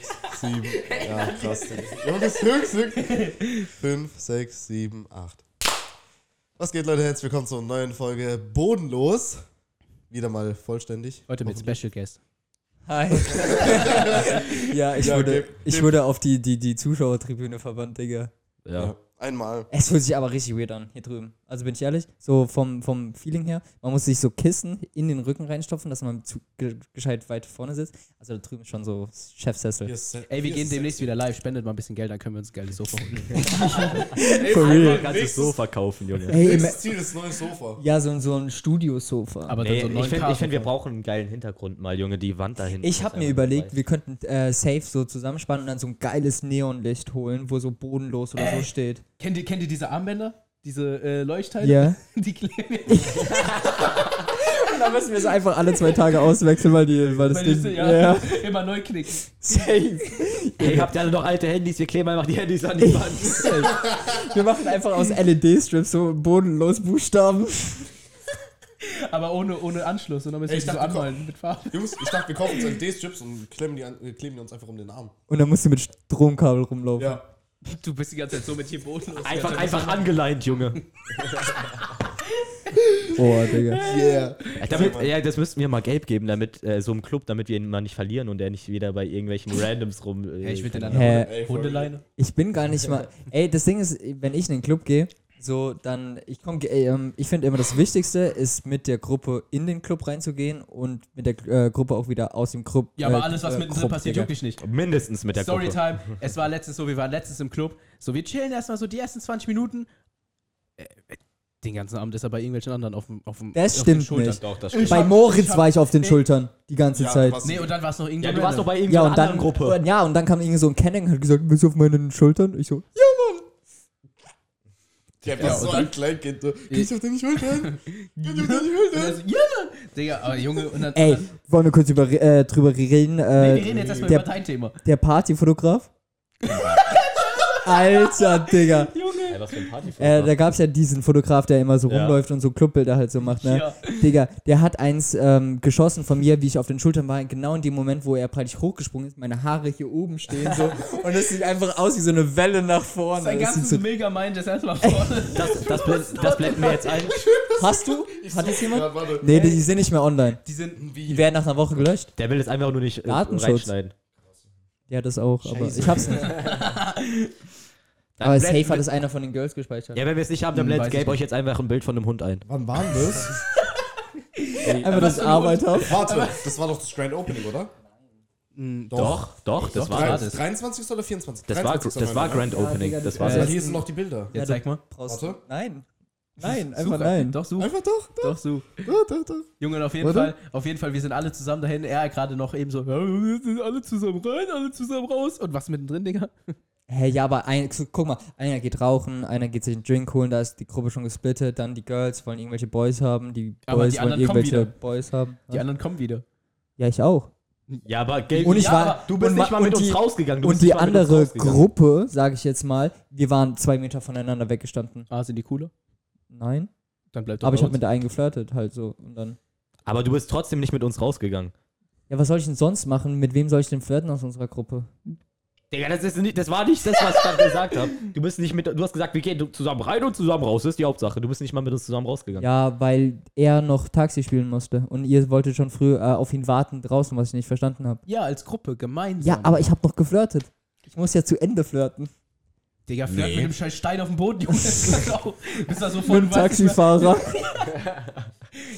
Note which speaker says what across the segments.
Speaker 1: sieben, acht, krass. Junge, das höchst, höchst. Fünf, sechs, sieben, acht. Was geht, Leute? Herzlich willkommen zur neuen Folge Bodenlos. Wieder mal vollständig.
Speaker 2: Heute mit
Speaker 1: Hoffentlich.
Speaker 2: Special Guest.
Speaker 3: Hi. ja, ich
Speaker 1: Ja,
Speaker 3: wurde,
Speaker 1: gib-
Speaker 3: ich
Speaker 1: gib.
Speaker 3: wurde auf die, die, die Zuschauertribüne verbannt, Digga.
Speaker 1: Ja. Einmal.
Speaker 3: Es fühlt sich aber richtig weird an, hier drüben. Also bin ich ehrlich, so vom, vom Feeling her, man muss sich so Kissen in den Rücken reinstopfen, dass man zu, ge, gescheit weit vorne sitzt. Also da drüben ist schon so Chefsessel.
Speaker 2: Ey, wir gehen demnächst wieder live. Spendet mal ein bisschen Geld, dann können wir uns ein geiles Sofa holen.
Speaker 4: Einmal ein ganzes Sofa kaufen, Junge.
Speaker 3: Ey, im-
Speaker 1: Das Ziel ist neues Sofa.
Speaker 3: ja, so, ein- so ein Studiosofa.
Speaker 2: Aber dann
Speaker 4: Nee,
Speaker 2: so
Speaker 4: ich
Speaker 2: neun
Speaker 4: finde, find, wir brauchen einen geilen Hintergrund mal, Junge, die Wand dahin.
Speaker 3: ich habe mir überlegt, wir könnten äh, safe so zusammenspannen und dann so ein geiles Neonlicht holen, wo so bodenlos oder so steht.
Speaker 2: kennt, ihr, kennt ihr diese Armbänder? Diese äh, Leuchtteile?
Speaker 3: Ja.
Speaker 2: Die kleben jetzt.
Speaker 3: Da müssen wir es einfach alle zwei Tage auswechseln, weil, die, weil das
Speaker 2: Weil die
Speaker 3: Ding.
Speaker 2: so,
Speaker 3: Ja.
Speaker 2: ja, Immer neu klicken.
Speaker 3: Safe.
Speaker 4: Ey, habt ihr alle noch alte Handys? Wir kleben einfach die Handys an die Wand.
Speaker 3: Wir machen einfach aus LED-Strips so bodenlos Buchstaben.
Speaker 2: Aber ohne, ohne Anschluss. Und dann müssen
Speaker 1: Ey,
Speaker 2: wir
Speaker 1: ich
Speaker 2: die so
Speaker 1: dachte, komm.
Speaker 2: anmalen mit Farbe.
Speaker 1: Jungs, ich dachte, wir kaufen uns LD-Strips und kleben die, an, äh, kleben die uns einfach um den Arm.
Speaker 3: Und dann musst du mit Stromkabel rumlaufen.
Speaker 1: Ja.
Speaker 2: Du bist die ganze Zeit so mit hier Boden.
Speaker 4: Einfach, einfach angeleint, Junge.
Speaker 3: Boah, Digga.
Speaker 1: Yeah.
Speaker 4: Damit, ja, das müssten wir mal gelb geben, damit äh, so einem Club, damit wir ihn mal nicht verlieren und er nicht wieder bei irgendwelchen Randoms rum. Äh,
Speaker 2: Ey, ich würde
Speaker 4: verliert.
Speaker 2: den
Speaker 3: Hä?
Speaker 2: dann Hundeleine.
Speaker 3: Ich bin gar nicht mal. Ey, das Ding ist, wenn ich in den Club gehe, so dann. Ich komm, ey, ähm, ich finde immer das Wichtigste ist, mit der Gruppe in den Club reinzugehen und mit der äh, Gruppe auch wieder aus dem Club.
Speaker 2: Ja, aber
Speaker 3: äh,
Speaker 2: alles, was
Speaker 3: äh,
Speaker 2: mittendrin
Speaker 3: Club,
Speaker 2: passiert,
Speaker 3: Digga.
Speaker 2: juckt dich nicht.
Speaker 4: Mindestens mit der Gruppe.
Speaker 2: Storytime. Es war letztens so, wir waren letztens im Club. So, wir chillen erstmal so die ersten 20 Minuten. Äh, Den ganzen Abend ist er bei irgendwelchen anderen auf dem auf dem-
Speaker 3: Das
Speaker 2: auf den
Speaker 3: stimmt
Speaker 2: Schultern.
Speaker 3: nicht.
Speaker 4: Doch, das
Speaker 2: stimmt.
Speaker 3: Bei
Speaker 2: Ich hab-
Speaker 3: Moritz
Speaker 2: ich hab-
Speaker 3: war ich auf den
Speaker 2: nee.
Speaker 3: Schultern die ganze
Speaker 1: Ja,
Speaker 3: Zeit.
Speaker 1: was-
Speaker 2: Nee, und dann war es noch irgendwie.
Speaker 4: Ja, du warst doch bei
Speaker 3: Ja,
Speaker 4: irgendeiner
Speaker 3: und dann,
Speaker 4: anderen Gruppe.
Speaker 3: ja, und dann kam irgend so ein Kenning und hat gesagt, bist du auf meinen Schultern? Ich so, ja, Mann.
Speaker 1: Der ja,
Speaker 2: Ja,
Speaker 1: so
Speaker 2: und
Speaker 1: ein
Speaker 2: dann-
Speaker 1: Kleinkind. So. Gehst du auf deine Schultern? Gehst du auf deine Schultern?
Speaker 2: Ja, Mann! Digga, aber Junge, und dann.
Speaker 3: Ey,
Speaker 2: und dann-
Speaker 3: wollen wir kurz über, äh, drüber reden? Äh,
Speaker 2: nee, wir reden jetzt erstmal
Speaker 3: der,
Speaker 2: über dein Thema.
Speaker 3: der Partyfotograf? Alter, Digga.
Speaker 4: Ey, was für ein Party
Speaker 3: Äh, da gab es ja diesen Fotograf, der immer so
Speaker 4: Ja.
Speaker 3: rumläuft und so Clubbilder halt so macht, ne?
Speaker 2: Ja.
Speaker 3: Digga, der hat eins ähm, geschossen von mir, wie ich auf den Schultern war, genau in dem Moment, wo er praktisch hochgesprungen ist, meine Haare hier oben stehen so und es sieht einfach aus wie so eine Welle nach vorne.
Speaker 2: Sein
Speaker 3: Das sieht
Speaker 2: ganzes
Speaker 3: so,
Speaker 2: Mega-Mind ist erstmal vorne.
Speaker 4: das, das, blend, das blenden wir jetzt ein.
Speaker 3: hast du? Hat das jemand?
Speaker 1: Ja, warte.
Speaker 3: Nee, die, die sind nicht mehr online.
Speaker 2: Die sind.
Speaker 3: Die
Speaker 1: Wie?
Speaker 3: werden nach einer Woche gelöscht.
Speaker 4: Der will jetzt einfach nur nicht äh,
Speaker 3: Datenschutz.
Speaker 4: reinschneiden.
Speaker 3: Ja, das auch, aber
Speaker 1: Scheiße.
Speaker 3: ich hab's nicht. Aber safe hat es einer von den Girls gespeichert.
Speaker 4: Ja, wenn wir es nicht haben, dann
Speaker 2: Hm,
Speaker 4: blendet
Speaker 2: weiß ich
Speaker 4: Gabe
Speaker 2: nicht.
Speaker 4: euch jetzt einfach ein Bild von einem Hund ein.
Speaker 1: Wann waren das?
Speaker 3: Einfach das Arbeiter.
Speaker 1: Warte, das war doch das Grand Opening, oder?
Speaker 3: Hm,
Speaker 4: Doch, doch, das
Speaker 2: Doch,
Speaker 4: war
Speaker 2: das
Speaker 4: das.
Speaker 2: war das.
Speaker 1: 23. oder 24.?
Speaker 4: Das war,
Speaker 1: 23.
Speaker 4: das war
Speaker 1: meine
Speaker 4: Grand Opening.
Speaker 3: Digga,
Speaker 4: Das
Speaker 1: ich.
Speaker 4: war
Speaker 1: Weil
Speaker 4: das.
Speaker 1: hier sind noch Also die Bilder.
Speaker 2: Ja, zeig mal.
Speaker 3: Brauchst
Speaker 1: Warte.
Speaker 3: Nein. Nein,
Speaker 2: Such
Speaker 3: einfach nein.
Speaker 2: Doch, such.
Speaker 1: Einfach doch.
Speaker 2: Doch, such.
Speaker 1: doch, doch, doch.
Speaker 2: Junge, und auf jeden
Speaker 1: Warte.
Speaker 2: Fall, auf jeden Fall, wir sind alle zusammen dahin. Er gerade noch eben so, ja, wir sind alle zusammen rein, alle zusammen raus. Und was mittendrin, Digga?
Speaker 3: Hä, ja, aber ein, guck mal, einer geht rauchen, einer geht sich einen Drink holen, da ist die Gruppe schon gesplittet, dann die Girls wollen irgendwelche Boys haben, die
Speaker 2: Aber
Speaker 3: Boys
Speaker 2: die
Speaker 3: wollen
Speaker 2: anderen kommen
Speaker 3: irgendwelche Boys haben.
Speaker 2: Die anderen kommen wieder.
Speaker 3: Ja, ich auch.
Speaker 4: Ja, aber Gabe,
Speaker 3: Und ich
Speaker 4: ja,
Speaker 3: war-
Speaker 4: aber du bist
Speaker 3: und
Speaker 4: nicht
Speaker 3: ma-
Speaker 4: mal mit
Speaker 3: und
Speaker 4: uns
Speaker 3: die-
Speaker 4: rausgegangen. Du
Speaker 3: Und
Speaker 4: bist
Speaker 3: die
Speaker 4: nicht mal mit uns
Speaker 3: andere
Speaker 4: rausgegangen.
Speaker 3: Gruppe, sage ich jetzt mal, wir waren zwei Meter voneinander weggestanden.
Speaker 2: Ah, sind die cooler?
Speaker 3: Nein.
Speaker 2: Dann bleibt doch
Speaker 3: Aber ich
Speaker 2: bei
Speaker 3: habe mit der einen geflirtet, halt so. Und dann.
Speaker 4: Aber du bist trotzdem nicht mit uns rausgegangen.
Speaker 3: Ja, was soll ich denn sonst machen? Mit wem soll ich denn flirten aus unserer Gruppe?
Speaker 4: Digga, das, ist nicht, das war nicht das, was ich gerade gesagt habe. Du bist nicht mit. Du hast gesagt, wir gehen zusammen rein und zusammen raus. Das ist die Hauptsache. Du bist nicht mal mit uns zusammen rausgegangen.
Speaker 3: Ja, weil er noch Taxi spielen musste und ihr wolltet schon früh äh, auf ihn warten draußen, was ich nicht verstanden habe.
Speaker 2: Ja, als Gruppe, gemeinsam.
Speaker 3: Ja, aber ich habe noch geflirtet. Ich muss ja zu Ende flirten.
Speaker 2: Digga, flirt
Speaker 4: Nee.
Speaker 2: mit dem scheiß Stein auf dem Boden, Junge. Genau. Bist da so
Speaker 3: Mit
Speaker 2: voll
Speaker 3: dem
Speaker 2: du weißt nicht mehr.
Speaker 3: Taxifahrer.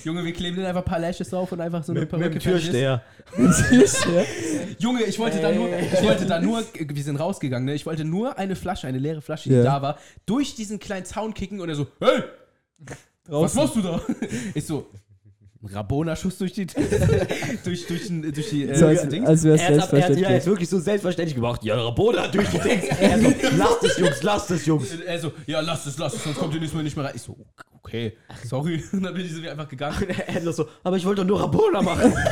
Speaker 2: Junge, wir kleben den einfach ein paar Lashes drauf und einfach so eine
Speaker 4: mit, mit dem
Speaker 2: fertig ist.
Speaker 4: Türsteher.
Speaker 2: Junge, ich wollte da nur, ich wollte da nur, wir sind rausgegangen, ne? Ich wollte nur eine Flasche, eine leere Flasche, die
Speaker 3: Ja.
Speaker 2: da war, durch diesen kleinen Zaun kicken und er so, hey, was machst du da? Ich so, ein Rabona-Schuss durch die, durch, durch, den- durch die, äh,
Speaker 3: So, als,
Speaker 2: diese Dings.
Speaker 3: als wäre es
Speaker 4: Er hat, er hat ja
Speaker 3: selbstverständlich.
Speaker 4: jetzt wirklich so selbstverständlich gemacht. Ja, Rabona durch die Dings. Er so, lasst es, Jungs, lasst es, Jungs.
Speaker 2: Und er so, Also, ja, lass es, lass es, sonst kommt ihr nächstes Mal nicht mehr rein. Ich so, okay, sorry. Und dann bin ich so einfach gegangen.
Speaker 4: Und er so, aber ich wollte doch nur Rabona machen.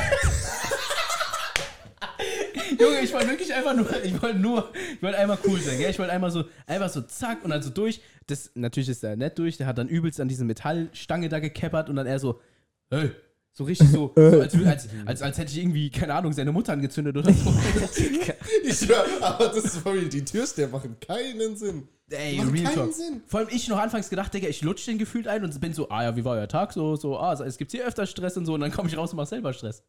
Speaker 2: Junge, ich wollte wirklich einfach nur, ich wollte nur, ich wollte einmal cool sein, gell? Ich wollte einmal so, einfach so zack und dann so durch. Das, natürlich ist er nicht durch, der hat dann übelst an diese Metallstange da gekeppert und dann er so, hey, So richtig so,
Speaker 1: Äh.
Speaker 2: so als, wür- als, als, als hätte ich irgendwie, keine Ahnung, seine Mutter angezündet oder so.
Speaker 1: Ich höre, aber das Sorry, die Türsteher machen keinen Sinn.
Speaker 2: Ey,
Speaker 1: Macht
Speaker 2: Real
Speaker 1: keinen
Speaker 2: Talk.
Speaker 1: Sinn.
Speaker 2: Vor allem ich noch anfangs gedacht, Digga, ich lutsche den gefühlt ein und bin so, ah ja, wie war euer Tag? So, so, ah, es gibt hier öfter Stress und so. Und dann komme ich raus und mach selber Stress.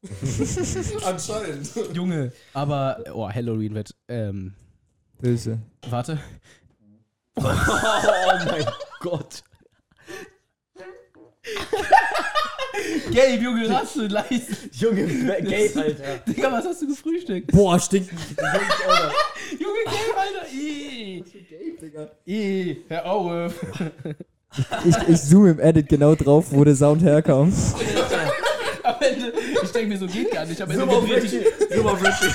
Speaker 1: Anscheinend.
Speaker 2: Junge. Aber, oh, Halloween wird, ähm,
Speaker 3: Böse.
Speaker 2: warte.
Speaker 4: Oh mein Gott.
Speaker 2: Gelb, Junge, Rasse, leise.
Speaker 4: Junge, Gate, Alter.
Speaker 2: Digga, was hast du gefrühstückt?
Speaker 3: Boah, stinkt.
Speaker 2: Junge, gelb, Alter. Ih. Ih, Herr Aue.
Speaker 3: Ich, ich zoome im Edit genau drauf, wo der Sound herkam.
Speaker 2: Am Ende, ich denke mir, so geht gar nicht. Am Ende
Speaker 4: Super
Speaker 2: vibriert
Speaker 4: Richie. Super Richie.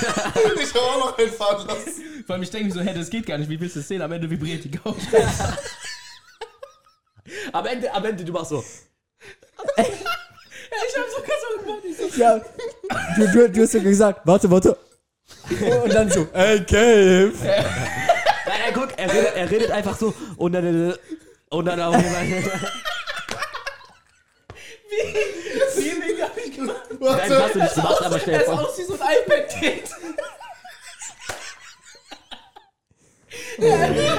Speaker 1: Ich habe auch noch einen fahren lassen.
Speaker 2: die, vor allem ich denke mir so, hey, das geht gar nicht. Wie willst du das sehen? Am Ende vibriert die Couch.
Speaker 4: Am Ende, am Ende, du machst so.
Speaker 2: Ich hab sogar so gemacht. Ich so,
Speaker 3: Ja. Du, du, du hast sogar gesagt, warte, warte. Und dann so, ey, Gelb.
Speaker 4: Nein, nein, guck, er redet, er redet einfach so. Und dann, äh, und dann auf jeden Fall.
Speaker 2: wie hab ich gemacht?
Speaker 4: Nein, das hast du nicht gemacht, aber stell dir
Speaker 2: Es
Speaker 4: vor.
Speaker 2: aus wie so ein iPad-Kind.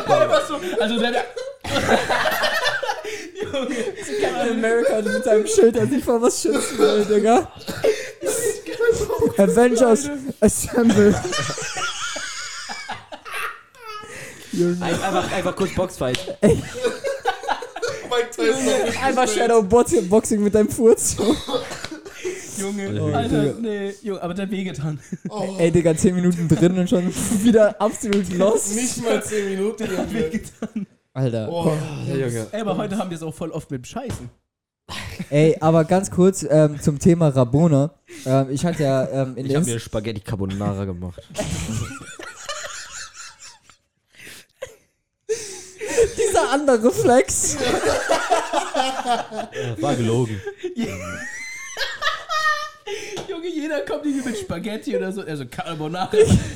Speaker 2: Einfach so. Also der. Junge,
Speaker 3: Captain America hatte mit seinem Schild an sich vor was schützen will, Digga. Avengers Assemble. Junge.
Speaker 4: Ein- Einfach, einfach kurz Boxfight.
Speaker 1: Mike Tyson.
Speaker 3: Einfach Shadow Bot- Boxing mit deinem Furz.
Speaker 2: Junge,
Speaker 4: Oh,
Speaker 2: Alter,
Speaker 3: Digga.
Speaker 2: nee, Junge, aber der hat wehgetan.
Speaker 1: Oh,
Speaker 3: Ey, Digga, 10 Minuten drin und schon wieder absolut lost.
Speaker 1: nicht mal 10 Minuten.
Speaker 2: Hat
Speaker 1: Junge.
Speaker 2: wehgetan.
Speaker 3: Alter.
Speaker 1: Oh,
Speaker 4: Junge.
Speaker 2: Ey, aber heute haben wir es auch voll oft mit dem Scheißen.
Speaker 3: Ey, aber ganz kurz ähm, zum Thema Rabona. Ähm, ich hatte ja ähm, in
Speaker 4: Ich
Speaker 3: der
Speaker 4: hab
Speaker 3: Inst-
Speaker 4: mir Spaghetti Carbonara gemacht.
Speaker 3: dieser andere Flex.
Speaker 4: War gelogen.
Speaker 2: Junge, jeder kommt irgendwie mit Spaghetti oder so. Also Carbonara.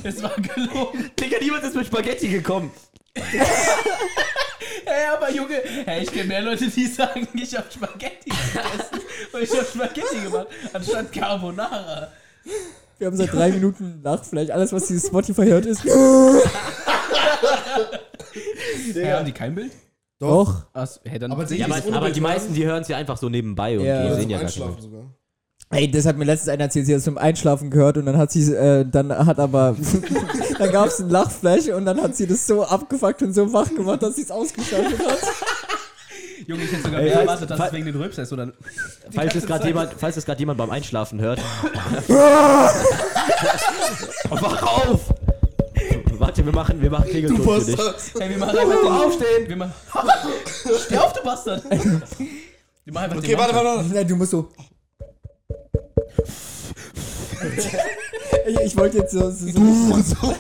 Speaker 2: Es war gelogen.
Speaker 4: Digga, niemand ist mit Spaghetti gekommen.
Speaker 2: Ey, aber Junge, hey, ich kenne mehr Leute, die sagen, ich hab Spaghetti gegessen. Und ich hab Spaghetti gemacht, anstatt Carbonara.
Speaker 3: Wir haben seit drei Minuten nach vielleicht alles, was dieses Spotify hört, ist.
Speaker 2: Hey, haben die kein Bild?
Speaker 3: Doch.
Speaker 2: Ach, so, hey, dann
Speaker 1: Aber
Speaker 2: sehe
Speaker 1: die-
Speaker 2: ich
Speaker 4: Ja,
Speaker 2: es.
Speaker 4: aber, aber die meisten, die hören es ja einfach so nebenbei und
Speaker 3: Ja.
Speaker 4: die
Speaker 1: Wir
Speaker 4: sehen
Speaker 1: sind
Speaker 4: ja gar nicht mehr.
Speaker 1: einschlafen sogar.
Speaker 3: Ey, das hat mir letztens einer erzählt, sie hat es zum Einschlafen gehört und dann hat sie, äh, dann hat aber, dann gab es ein Lachflash und dann hat sie das so abgefuckt und so wach gemacht, dass sie es ausgeschaltet hat.
Speaker 2: Junge, ich hätte sogar
Speaker 4: Ey,
Speaker 2: mehr
Speaker 4: falls-
Speaker 2: erwartet, dass
Speaker 4: falls-
Speaker 2: es wegen den Rülps ist. Oder
Speaker 4: Falls es
Speaker 2: ganze
Speaker 4: gerade
Speaker 2: Zeit.
Speaker 4: jemand, falls es gerade jemand beim Einschlafen hört. Wach auf! Warte, wir machen, wir machen
Speaker 1: Du
Speaker 4: Klingelton für dich.
Speaker 1: Bastard.
Speaker 2: hey, wir machen einfach den Aufstehen. Wir machen. Steh auf, du Bastard. Wir machen einfach
Speaker 1: Okay,
Speaker 2: den
Speaker 1: warte, warte, warte.
Speaker 3: Nein, du musst so. Ich, ich wollte jetzt so, so, so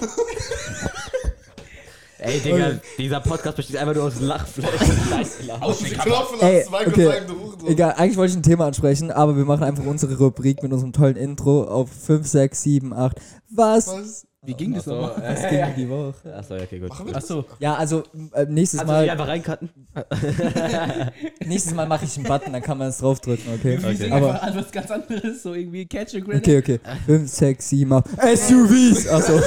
Speaker 4: Ey, Digga, dieser Podcast besteht einfach nur aus Lachfleisch. Lachfleisch.
Speaker 1: Sie
Speaker 2: Aufstehen.
Speaker 1: klopfen
Speaker 3: Ey,
Speaker 1: auf zwei
Speaker 3: okay.
Speaker 1: gesagt, Hurensohn.
Speaker 3: Egal, eigentlich wollte ich ein Thema ansprechen, aber wir machen einfach unsere Rubrik mit unserem tollen Intro auf 5, 6, 7, 8. Was?
Speaker 1: Was?
Speaker 2: Wie ging das nochmal?
Speaker 3: Was ging die Woche?
Speaker 4: Achso, ja, okay, gut.
Speaker 1: Machen wir das?
Speaker 2: Achso,
Speaker 3: Ja, also äh, nächstes
Speaker 4: Kannst du die
Speaker 3: Mal,
Speaker 4: einfach reincutten?
Speaker 3: nächstes Mal mache ich einen Button, dann kann man es draufdrücken, okay?
Speaker 2: wir singen
Speaker 3: Aber-
Speaker 2: einfach an was ganz anderes. So irgendwie Catch a Grenade.
Speaker 3: Okay, okay. 5, 6, 7, 8. SUVs! Achso.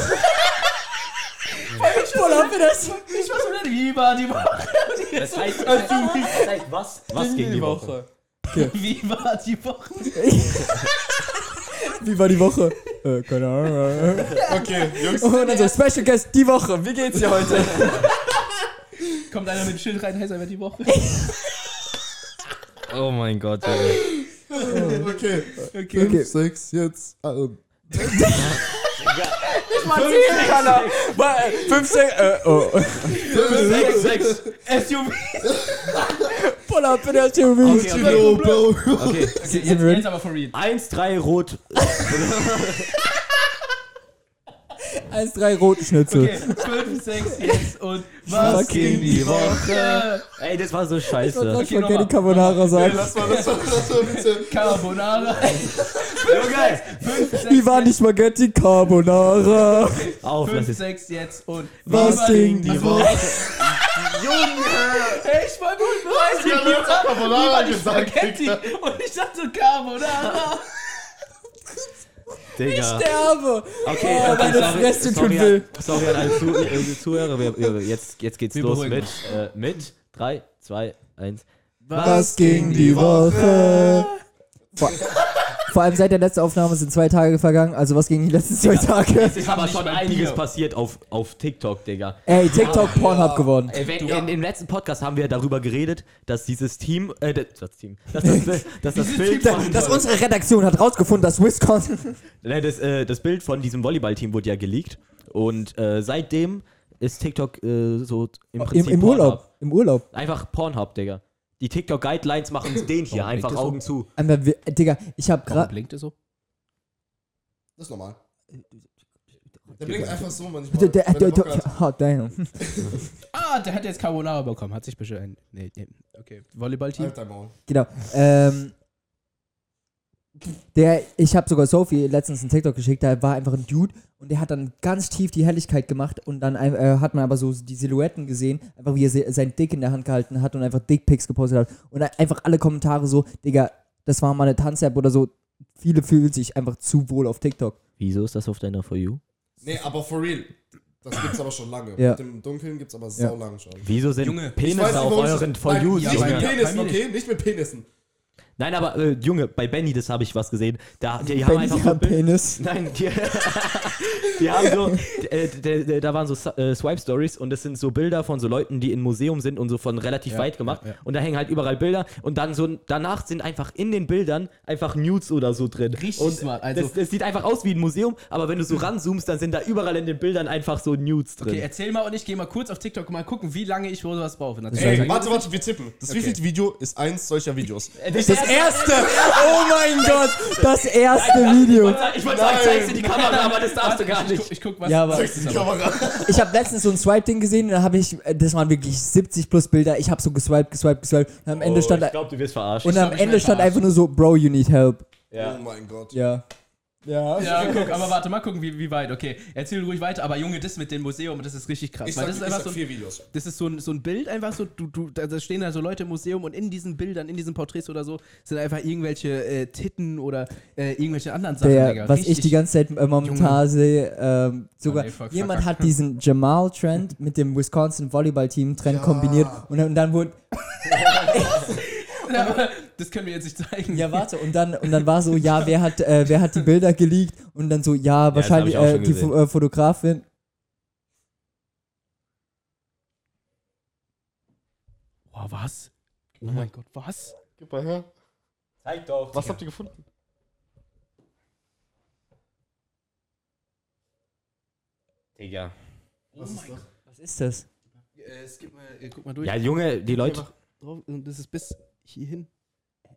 Speaker 3: Voll haben wir das?
Speaker 2: Ich war so nett. Wie war die Woche?
Speaker 4: Das heißt, das heißt was? Was ging die Woche?
Speaker 2: Wie war die Woche?
Speaker 3: Wie war die Woche? Äh, keine Ahnung.
Speaker 1: Okay, Jungs.
Speaker 3: Und dann so, Special Guest, die Woche. Wie geht's dir heute?
Speaker 2: Kommt einer mit dem Schild rein, hey, sei mal die Woche.
Speaker 4: Oh mein Gott, Junge.
Speaker 1: Okay.
Speaker 2: Okay.
Speaker 3: Okay.
Speaker 1: Fünf, sechs, jetzt. Ah, ähm.
Speaker 3: Man zählen kann er. 5, 6, äh, oh.
Speaker 4: Sechs, sechs.
Speaker 2: SUV.
Speaker 3: Voll ab in der SUV.
Speaker 4: Okay, okay.
Speaker 1: Kilo, Bro.
Speaker 4: okay.
Speaker 2: Okay, jetzt, jetzt aber for real.
Speaker 4: Eins, drei, rot.
Speaker 3: 1, 3, roten Schnitzel.
Speaker 2: Okay, 5, 6 jetzt und was
Speaker 3: Was ging
Speaker 2: ging die Woche?
Speaker 4: Ey, das war so
Speaker 3: Ich wollte
Speaker 4: scheiße.
Speaker 3: gerade
Speaker 2: Okay, nochmal.
Speaker 3: Spaghetti Carbonara
Speaker 1: Ey,
Speaker 3: sagen.
Speaker 1: lass mal, lass mal, lass mal bitte.
Speaker 2: Carbonara.
Speaker 4: Junge!
Speaker 2: 5, 6,
Speaker 3: Wie war die Spaghetti Carbonara?
Speaker 4: Auf, lass
Speaker 2: 5,
Speaker 4: es.
Speaker 2: 6 jetzt und Also,
Speaker 3: Was ging die
Speaker 1: Woche? Junge!
Speaker 2: Hey, ich wollte nur einen Reis
Speaker 1: Ich hab jetzt Carbonara gesagt,
Speaker 2: Spaghetti.
Speaker 1: Digga.
Speaker 2: Und ich dachte so Carbonara.
Speaker 4: Digga.
Speaker 3: Sterbe!
Speaker 4: Okay,
Speaker 3: Oh,
Speaker 4: okay
Speaker 3: meine Fresse tut
Speaker 4: sorry,
Speaker 3: weh.
Speaker 4: an- sorry an alle Zu äh, Zuhörer. Wir, wir, jetzt, jetzt geht's
Speaker 2: Wir
Speaker 4: los
Speaker 2: beruhigen
Speaker 4: mit, äh, mit 3, 2, 1.
Speaker 3: Was ging die Woche? Vor, vor allem seit der letzten Aufnahme sind zwei Tage vergangen, also was ging die letzten zwei Tage?
Speaker 4: Es ist aber
Speaker 2: nicht
Speaker 4: schon
Speaker 2: mal
Speaker 4: einiges
Speaker 2: Bier.
Speaker 4: passiert auf, auf TikTok, Digga.
Speaker 3: Ey, TikTok Pornhub geworden.
Speaker 4: Äh, wenn, in, Im letzten Podcast haben wir darüber geredet, dass dieses Team, äh, das, das Team, dass das, dass das Bild
Speaker 3: Da-
Speaker 4: von,
Speaker 3: Dass unsere Redaktion hat rausgefunden, dass Wisconsin.
Speaker 4: Nee, das, äh, das Bild von diesem Volleyballteam wurde ja geleakt und äh, seitdem ist TikTok äh, so im
Speaker 3: Im,
Speaker 4: Prinzip
Speaker 3: Im
Speaker 4: Pornhub.
Speaker 3: Urlaub. Im Urlaub.
Speaker 4: Einfach Pornhub, Digga. Die TikTok-Guidelines machen den hier,
Speaker 2: Oh,
Speaker 4: einfach
Speaker 2: das so?
Speaker 4: Augen zu.
Speaker 3: Aber wir, äh, Digga, ich hab
Speaker 2: Warum
Speaker 3: gerade.
Speaker 2: blinkt er so?
Speaker 1: Das ist normal. Der blinkt einfach so, wenn ich
Speaker 3: Der,
Speaker 1: mal.
Speaker 3: der,
Speaker 1: wenn
Speaker 3: der,
Speaker 1: Bock hat.
Speaker 3: der, oh, damn.
Speaker 2: Ah, der hat jetzt Carbonara bekommen. Hat sich bestimmt. Nee, nee. Okay. Volleyballteam.
Speaker 1: Halt dein Maul.
Speaker 3: Genau. Ähm, der, ich habe sogar Sophie letztens einen TikTok geschickt, da war einfach ein Dude und der hat dann ganz tief die Helligkeit gemacht und dann ein- äh, hat man aber so die Silhouetten gesehen, einfach wie er se- sein Dick in der Hand gehalten hat und einfach Dickpics gepostet hat und dann einfach alle Kommentare so, Digga, das war mal eine Tanz-App oder so. Viele fühlen sich einfach zu wohl auf TikTok.
Speaker 4: Wieso ist das auf deiner For You?
Speaker 1: Nee, aber for real. Das gibt's aber schon lange.
Speaker 3: Ja.
Speaker 1: Mit dem Dunkeln gibt's aber sau
Speaker 3: Ja.
Speaker 1: lange schon.
Speaker 4: Wieso sind
Speaker 2: Junge, ich
Speaker 1: Ich weiß
Speaker 4: Penisse
Speaker 1: nicht,
Speaker 4: auf
Speaker 1: warum-
Speaker 4: euren For
Speaker 1: Nein,
Speaker 4: You?
Speaker 1: Nicht
Speaker 2: ja,
Speaker 1: mit
Speaker 2: aber-
Speaker 4: Junge?
Speaker 1: Penissen,
Speaker 2: bei mir
Speaker 1: okay? Nicht mit Penissen.
Speaker 4: Nein, aber äh, Junge, bei Benny, das habe ich was gesehen. Da, die haben
Speaker 3: Benny
Speaker 4: einfach so ein
Speaker 3: hat
Speaker 4: Bild-
Speaker 3: Penis.
Speaker 4: Nein, die, die haben so, äh, d- d- da waren so Su- äh, Swipe-Stories und das sind so Bilder von so Leuten, die in Museum sind und so von relativ
Speaker 2: Ja,
Speaker 4: weit gemacht
Speaker 2: ja, ja.
Speaker 4: und da hängen halt überall Bilder und dann so, danach sind einfach in den Bildern einfach Nudes oder so drin.
Speaker 2: Richtig
Speaker 4: und
Speaker 2: smart, also-
Speaker 4: das, das sieht einfach aus wie ein Museum, aber wenn du so ranzoomst, dann sind da überall in den Bildern einfach so Nudes drin.
Speaker 2: Okay, erzähl mal und ich gehe mal kurz auf TikTok mal gucken, wie lange ich wohl was brauche.
Speaker 1: Ey,
Speaker 2: Natürlich.
Speaker 1: warte, warte, wir tippen. Das
Speaker 2: Okay.
Speaker 1: wievielte Video ist eins solcher Videos?
Speaker 4: Äh, das
Speaker 3: Das erste! Oh mein Gott! Das erste Video!
Speaker 4: Ich wollte sagen,
Speaker 1: Nein.
Speaker 4: zeig's in die Kamera, aber das darfst du gar
Speaker 2: Ich guck,
Speaker 4: nicht.
Speaker 2: ich guck was.
Speaker 3: Ja, aber-
Speaker 2: das ist aber-
Speaker 1: Kamera.
Speaker 3: Ich habe letztens so ein Swipe-Ding gesehen, da habe ich, äh, das waren wirklich 70 plus Bilder. Ich habe so geswiped, geswiped, geswiped. Und am Ende stand,
Speaker 4: Oh, ich glaube, du wirst verarscht.
Speaker 3: und
Speaker 2: Oh, glaub,
Speaker 3: am
Speaker 2: ich
Speaker 3: Ende
Speaker 2: werd
Speaker 3: stand
Speaker 2: verarscht.
Speaker 3: einfach nur so, Bro, you need help.
Speaker 1: Oh mein Gott.
Speaker 3: Ja. Ja.
Speaker 2: Ja, guck, aber warte, mal gucken, wie, wie weit. Okay, erzähl ruhig weiter. Aber Junge, das mit dem Museum, das ist richtig krass.
Speaker 1: Ich
Speaker 2: weil
Speaker 1: sag,
Speaker 2: das ist
Speaker 1: ich
Speaker 2: einfach
Speaker 1: sag
Speaker 2: so ein
Speaker 1: vier Videos.
Speaker 2: Das ist so ein, so ein Bild einfach so, du, du, da da stehen da so Leute im Museum und in diesen Bildern, in diesen Porträts oder so, sind einfach irgendwelche äh, Titten oder äh, irgendwelche anderen Sachen,
Speaker 3: Der,
Speaker 2: Digga.
Speaker 3: was ich die ganze Zeit äh,
Speaker 2: Junge.
Speaker 3: momentan sehe, ähm, sogar
Speaker 2: nee, fuck, fuck,
Speaker 3: jemand
Speaker 2: fuck.
Speaker 3: hat diesen Jamal-Trend mit dem Wisconsin Volleyball-Team-Trend kombiniert und, dann- und dann wurde,
Speaker 2: Aber das können wir jetzt nicht zeigen.
Speaker 3: ja warte, und dann, und dann war so, ja, wer hat, äh, wer hat die Bilder geleakt und dann so, ja,
Speaker 4: das hab
Speaker 3: wahrscheinlich
Speaker 4: ich auch
Speaker 3: äh,
Speaker 4: schon
Speaker 3: die
Speaker 4: gesehen.
Speaker 3: Fo- äh, Fotografin.
Speaker 2: Boah, was? Oh mein Gott, was?
Speaker 1: Gib mal her.
Speaker 4: Zeig doch.
Speaker 1: Was habt ihr gefunden?
Speaker 4: Digga.
Speaker 1: Was ist das?
Speaker 3: Was ist das?
Speaker 2: Oh Äh, skip mal, äh, guck mal durch.
Speaker 4: Ja, Junge, die Leute.
Speaker 2: Drauf, und das ist bis hierhin.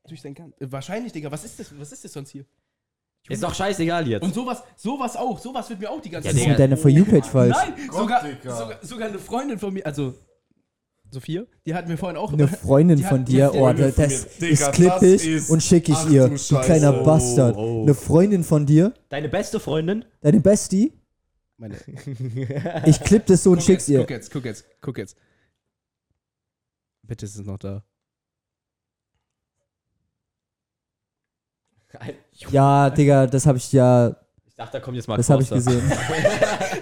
Speaker 2: Durch sein Gan äh, Wahrscheinlich, Digga. Was ist das? Was ist das sonst hier?
Speaker 4: Ist doch scheißegal jetzt.
Speaker 2: Und sowas, sowas auch, sowas wird mir auch die ganze
Speaker 4: Ja,
Speaker 3: Was ist
Speaker 4: Digga.
Speaker 3: mit deiner For You-Page falsch?
Speaker 2: Nein,
Speaker 1: Gott,
Speaker 2: sogar,
Speaker 1: Digga.
Speaker 2: sogar, sogar eine Freundin von mir, also Sophia, die hat mir vorhin auch
Speaker 3: Eine Freundin
Speaker 2: Die hat-
Speaker 3: von
Speaker 2: die
Speaker 3: dir,
Speaker 2: hat-
Speaker 3: oh,
Speaker 1: die hat-
Speaker 3: das, das
Speaker 1: Digga,
Speaker 3: ist
Speaker 1: das
Speaker 3: klippig
Speaker 1: ist-
Speaker 3: und schicke ich
Speaker 1: Ach
Speaker 3: ihr,
Speaker 1: du
Speaker 3: du
Speaker 1: Scheiße.
Speaker 3: kleiner
Speaker 1: Oh,
Speaker 3: Bastard.
Speaker 4: oh.
Speaker 3: Eine Freundin von dir,
Speaker 4: Deine beste Freundin?
Speaker 3: deine Bestie,
Speaker 2: Meine,
Speaker 3: ich klipp das so und
Speaker 2: guck
Speaker 3: schick's
Speaker 2: jetzt,
Speaker 3: ihr.
Speaker 2: Guck jetzt, guck jetzt, guck jetzt. Bitte ist es noch da.
Speaker 4: Ich
Speaker 3: Ja, Digga, das habe ich ja,
Speaker 4: dachte, da kommt jetzt mal
Speaker 3: das habe ich gesehen.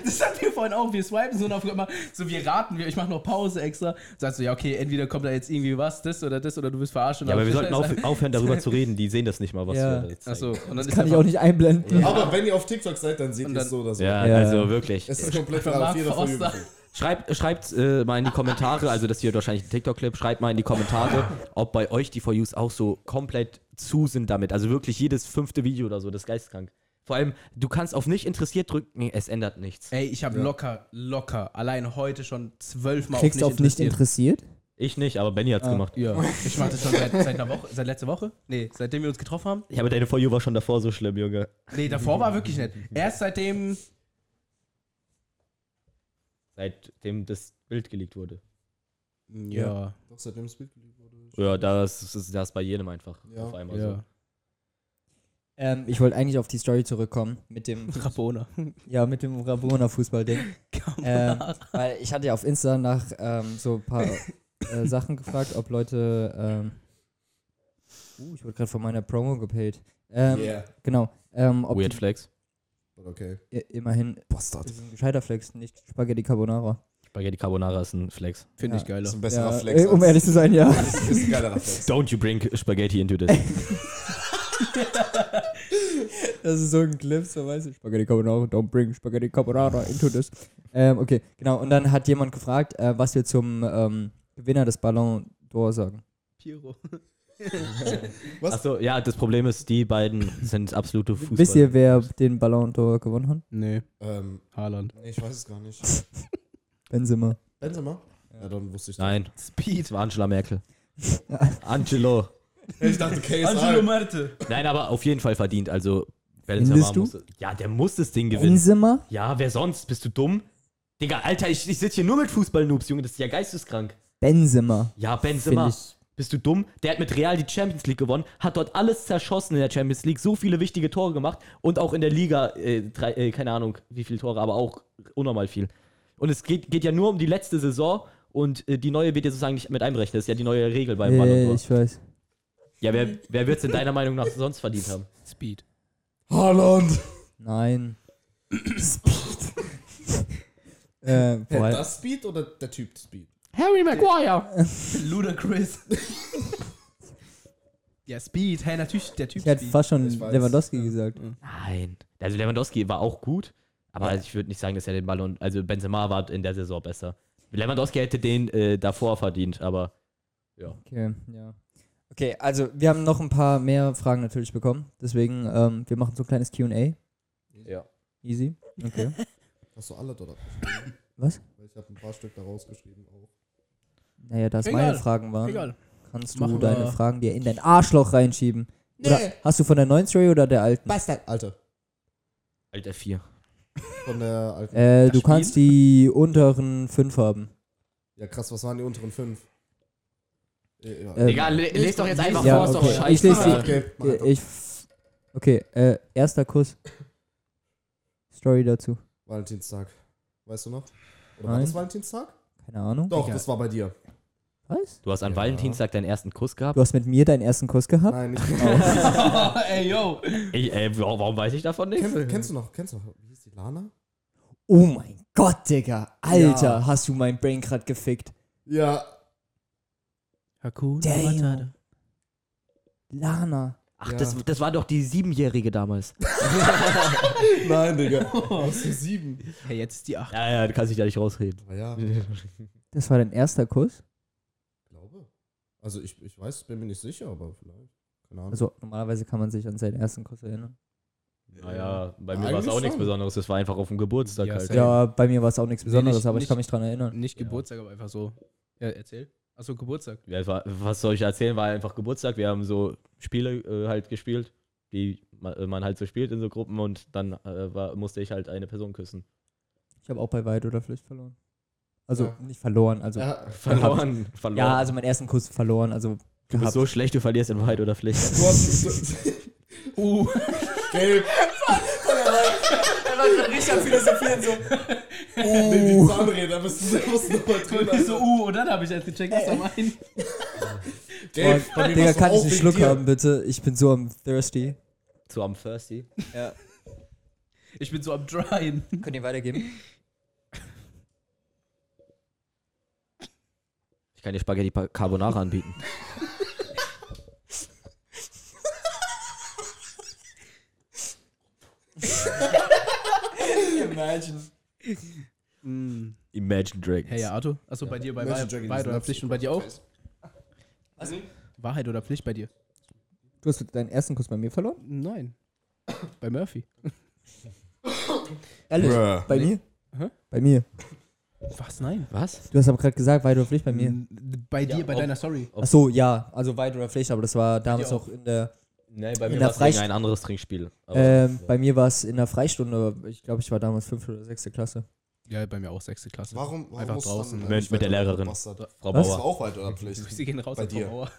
Speaker 2: Das hatten wir vorhin auch. Wir swipen so und auf einmal, so wir raten, wir, ich mache noch Pause extra. Sagst du, ja, okay, entweder kommt da jetzt irgendwie was, das oder das oder du bist verarscht. und
Speaker 4: Ja, aber
Speaker 2: dann-
Speaker 4: wir sollten auf, aufhören, darüber zu reden. Die sehen das nicht mal, was
Speaker 3: Ja.
Speaker 4: wir jetzt
Speaker 2: Achso,
Speaker 4: zeigen.
Speaker 2: und dann ist
Speaker 3: Kann ich auch nicht einblenden.
Speaker 1: Aber wenn ihr auf TikTok seid, dann seht
Speaker 2: Und
Speaker 1: ihr
Speaker 2: dann-
Speaker 1: es so oder so.
Speaker 4: Ja,
Speaker 3: Ja,
Speaker 4: also
Speaker 3: ja.
Speaker 4: wirklich.
Speaker 1: Es ist komplett
Speaker 2: Einfach
Speaker 1: klar auf jeder For
Speaker 2: Mark
Speaker 1: You.
Speaker 2: Forster.
Speaker 4: Schreibt, schreibt äh, mal in die Kommentare, also das hier wahrscheinlich ein TikTok-Clip, schreibt mal in die Kommentare, ob bei euch die For Yous auch so komplett zu sind damit. Also wirklich jedes fünfte Video oder so, das ist geistkrank. Vor allem, du kannst auf nicht interessiert drücken, es ändert nichts.
Speaker 2: Ey, ich habe locker, locker, allein heute schon zwölfmal
Speaker 3: Klickst auf nicht interessiert?
Speaker 4: Ich nicht, aber Benny hat's gemacht.
Speaker 2: Ja, ich mache das schon seit, seit einer Woche, seit letzter Woche. Nee, seitdem wir uns getroffen haben.
Speaker 4: Ja, aber deine For You war schon davor so schlimm, Junge.
Speaker 2: Nee, davor war wirklich nett. Erst seitdem.
Speaker 4: Seitdem das Bild geleakt wurde.
Speaker 1: Ja. Doch, seitdem das Bild geliebt wurde.
Speaker 2: also
Speaker 4: Ja, das ist das ist bei jedem einfach
Speaker 1: Ja.
Speaker 4: auf einmal
Speaker 2: ja.
Speaker 4: so.
Speaker 3: Ähm, ich wollte eigentlich auf die Story zurückkommen mit dem,
Speaker 2: Rabona.
Speaker 3: ja, mit dem Rabona-Fußball-Ding. Ähm, weil ich hatte ja auf Insta nach ähm, so ein paar äh, Sachen gefragt, ob Leute. Ähm, uh, ich wurde gerade von meiner Promo gepaid. Ähm, Genau. Ähm, ob
Speaker 4: Weird
Speaker 3: die,
Speaker 4: Flex.
Speaker 1: Okay.
Speaker 3: i- immerhin.
Speaker 1: Bastard.
Speaker 3: Das ist ein gescheiter Flex, nicht Spaghetti Carbonara.
Speaker 4: Spaghetti Carbonara ist ein Flex.
Speaker 2: Finde ich
Speaker 3: Ja.
Speaker 1: Das ist
Speaker 2: geiler.
Speaker 1: ein besserer
Speaker 3: ja,
Speaker 1: Flex.
Speaker 3: äh, um
Speaker 1: als-
Speaker 3: ehrlich zu sein, ja.
Speaker 1: Das ist- ist ein geilerer Flex.
Speaker 4: Don't you bring Spaghetti into this.
Speaker 3: Das ist so ein Clip, so weiß ich. Spaghetti Carbonara, don't bring Spaghetti Carbonara into this. ähm, okay, genau. Und dann hat jemand gefragt, äh, was wir zum ähm, Gewinner des Ballon d'Or sagen.
Speaker 2: Piro.
Speaker 4: Achso, ja, das Problem ist, die beiden sind absolute Fußballer.
Speaker 3: Wisst ihr, wer den Ballon d'Or gewonnen hat?
Speaker 2: Nee,
Speaker 1: Ähm,
Speaker 2: Haaland.
Speaker 1: nee, ich weiß es gar nicht.
Speaker 3: Benzema.
Speaker 1: Benzema? Ja, dann wusste ich
Speaker 4: Nein. Speed. Das war Angela Merkel.
Speaker 3: Ja.
Speaker 4: Angelo.
Speaker 1: Ich dachte,
Speaker 2: Angelo
Speaker 1: KSI.
Speaker 2: Merte.
Speaker 4: Nein, aber auf jeden Fall verdient. Also, Benzema
Speaker 3: Findest du?
Speaker 4: muss. Ja, der muss das Ding gewinnen.
Speaker 3: Benzema?
Speaker 4: Ja, wer sonst? Bist du dumm? Digga, Alter, ich, ich sitze hier nur mit Fußball-Noobs, Junge, das ist ja geisteskrank.
Speaker 3: Benzema.
Speaker 4: Ja, Benzema.
Speaker 3: Find
Speaker 4: Bist du dumm? Der hat mit Real die Champions League gewonnen, hat dort alles zerschossen in der Champions League, so viele wichtige Tore gemacht und auch in der Liga, äh, drei, äh, keine Ahnung, wie viele Tore, aber auch unnormal viel. Und es geht, geht ja nur um die letzte Saison und äh, die neue wird ja sozusagen nicht mit einberechnet. Das ist ja die neue Regel beim
Speaker 3: Äh,
Speaker 4: Ballon d'Or.
Speaker 3: ich weiß.
Speaker 4: Ja, wer, wer wird es in deiner Meinung nach sonst verdient haben?
Speaker 2: Speed.
Speaker 1: Haaland.
Speaker 3: Nein. Speed. äh, vor allem-
Speaker 1: Das Speed oder der Typ Speed?
Speaker 4: Harry Maguire!
Speaker 2: Ludacris. ja, Speed. Hey, natürlich der Typ
Speaker 3: ich hätte
Speaker 2: Speed.
Speaker 3: fast schon
Speaker 1: Ich weiß,
Speaker 3: Lewandowski
Speaker 1: ja.
Speaker 3: gesagt.
Speaker 4: Nein. Also Lewandowski war auch gut, aber ich würde nicht sagen, dass er den Ballon, also Benzema war in der Saison besser. Lewandowski hätte den äh, davor verdient, aber
Speaker 3: Okay, ja. Okay, also wir haben noch ein paar mehr Fragen natürlich bekommen. Deswegen, ähm, wir machen so ein kleines QA.
Speaker 4: ja.
Speaker 3: Easy. Okay.
Speaker 1: Hast du alle dort
Speaker 3: Was?
Speaker 1: Ich habe ein paar Stück da rausgeschrieben auch.
Speaker 3: Naja, da es
Speaker 2: Egal.
Speaker 3: meine Fragen waren,
Speaker 2: Egal.
Speaker 3: kannst du
Speaker 2: Machen wir-
Speaker 3: deine Fragen dir in dein Arschloch reinschieben. Oder
Speaker 1: Nee.
Speaker 3: hast du von der neuen Story oder der alten?
Speaker 1: Bastard. Alter.
Speaker 4: Alter 4.
Speaker 1: Von der alten.
Speaker 3: Äh,
Speaker 2: Das
Speaker 3: du kannst die unteren fünf haben.
Speaker 1: Ja, krass, was waren die unteren fünf? Äh, ja.
Speaker 3: Ähm,
Speaker 4: Egal, le lest doch jetzt einfach
Speaker 3: Ja,
Speaker 4: vor, ist
Speaker 3: okay.
Speaker 4: doch
Speaker 3: Ich
Speaker 4: scheiße.
Speaker 3: lese die-
Speaker 1: okay. mach
Speaker 3: Äh,
Speaker 1: einfach.
Speaker 3: Ich. Okay, äh, erster Kuss. Story dazu.
Speaker 1: Valentinstag. Weißt du noch? Oder war
Speaker 3: Nein.
Speaker 1: das Valentinstag?
Speaker 3: Keine Ahnung.
Speaker 1: Doch,
Speaker 2: Egal.
Speaker 1: das war bei dir.
Speaker 3: Was?
Speaker 4: Du hast an
Speaker 1: Ja.
Speaker 4: Valentinstag deinen ersten Kuss gehabt?
Speaker 3: Du hast mit mir deinen ersten Kuss gehabt?
Speaker 1: Nein, nicht. genau.
Speaker 2: Ey, yo.
Speaker 4: Ich, äh, wa- warum weiß ich davon nichts?
Speaker 1: Kenn, kennst du noch? Kennst du noch? Wie hieß die Lana?
Speaker 3: Oh mein Gott, Digga. Alter,
Speaker 1: Ja.
Speaker 3: hast du mein Brain gerade gefickt.
Speaker 1: Ja.
Speaker 2: Hakuna
Speaker 3: Damn.
Speaker 2: Matata.
Speaker 3: Lana.
Speaker 4: Ach,
Speaker 1: Ja.
Speaker 4: das, das war doch die Siebenjährige damals.
Speaker 1: Nein, Digga. Aus den sieben.
Speaker 2: Hey, jetzt ist die 8.
Speaker 4: Ja, ja, du kannst dich da nicht rausreden.
Speaker 1: Ah, ja.
Speaker 3: Das war dein erster Kuss?
Speaker 1: glaube. Also ich, ich weiß, bin mir nicht sicher, aber vielleicht. Keine Ahnung.
Speaker 3: Also normalerweise kann man sich an seinen ersten Kuss erinnern.
Speaker 4: Naja, bei
Speaker 1: Ja,
Speaker 4: mir war es
Speaker 1: eigentlich
Speaker 4: auch nichts
Speaker 1: schon.
Speaker 4: Besonderes, das war einfach auf dem Geburtstag
Speaker 2: Ja,
Speaker 4: halt.
Speaker 2: safe.
Speaker 3: Ja, bei mir war es auch nichts
Speaker 2: Nee,
Speaker 3: Besonderes,
Speaker 2: nicht-
Speaker 3: aber ich kann mich
Speaker 2: nicht-
Speaker 3: dran erinnern.
Speaker 2: Nicht
Speaker 4: Ja.
Speaker 2: Geburtstag, aber einfach so. Ja, erzähl. Achso, Geburtstag.
Speaker 4: Ja, es war, was soll ich erzählen? War einfach Geburtstag. Wir haben so Spiele äh, halt gespielt, die ma- äh, man halt so spielt in so Gruppen und dann äh, war, musste ich halt eine Person küssen.
Speaker 3: Ich habe auch bei Weit oder Pflicht verloren. Also
Speaker 1: Ja.
Speaker 3: nicht verloren, also. Ja.
Speaker 1: ja,
Speaker 4: Verloren. Verloren.
Speaker 3: also meinen ersten Kuss verloren, also
Speaker 4: du bist so schlecht, du verlierst in Wahrheit oder Pflicht.
Speaker 1: du hast du,
Speaker 2: Uh.
Speaker 1: gelb.
Speaker 3: Richard philosophieren so. Uh.
Speaker 1: Nee, die Zahnräder müssen, müssen nochmal drin.
Speaker 2: Ich so, uh, und dann habe ich erst gecheckt, was er meint.
Speaker 1: Gelb.
Speaker 3: Boah, Digga, kann ich einen Schluck haben, bitte? Ich bin so am thirsty.
Speaker 4: So am Thirsty.
Speaker 2: Ich bin so am Dryen.
Speaker 3: Könnt ihr weitergeben?
Speaker 4: Ich kann dir Spaghetti Pa- Carbonara anbieten.
Speaker 3: Imagine.
Speaker 4: Mm. Imagine Dragons.
Speaker 2: Hey, ja, Arthur. Achso, bei dir, bei
Speaker 1: Imagine
Speaker 2: Wahrheit
Speaker 1: Dragons
Speaker 2: Wahrheit oder
Speaker 1: Love
Speaker 2: Pflicht
Speaker 1: Story.
Speaker 2: und bei dir auch? Wahrheit oder Pflicht bei dir?
Speaker 3: Du hast deinen ersten Kuss bei mir verloren?
Speaker 2: Nein. bei Murphy.
Speaker 3: Ehrlich? Bei mir?
Speaker 2: Hä?
Speaker 3: Bei mir.
Speaker 2: Was? Nein.
Speaker 4: Was?
Speaker 3: Du hast aber gerade gesagt, Weit oder Pflicht bei mir.
Speaker 2: N- Bei
Speaker 4: Ja,
Speaker 2: dir, bei
Speaker 4: ob-
Speaker 2: deiner Story.
Speaker 4: Ob-
Speaker 3: Ach so, ja, also weit oder Pflicht, aber das war damals
Speaker 2: dir
Speaker 3: auch in der.
Speaker 4: Nein, bei
Speaker 3: In
Speaker 4: mir
Speaker 3: der
Speaker 4: war es gegen
Speaker 3: Freist-
Speaker 4: ein anderes Trinkspiel. Aber-
Speaker 3: Ähm, Bei mir war es in der Freistunde, aber ich glaube, ich war damals fünfte oder sechste Klasse.
Speaker 2: Ja, bei mir auch sechste Klasse.
Speaker 1: Warum, warum
Speaker 2: Einfach
Speaker 1: musst du
Speaker 2: draußen.
Speaker 1: dann
Speaker 4: Mit-
Speaker 1: nicht
Speaker 4: mit der
Speaker 1: weiter-
Speaker 4: Lehrerin.
Speaker 1: Bastard? Das
Speaker 4: Frau
Speaker 3: was?
Speaker 1: war
Speaker 4: Bauer.
Speaker 1: auch weit oder Pflicht.
Speaker 2: Sie gehen raus
Speaker 1: Bei
Speaker 2: an Frau
Speaker 1: dir.
Speaker 2: Auer.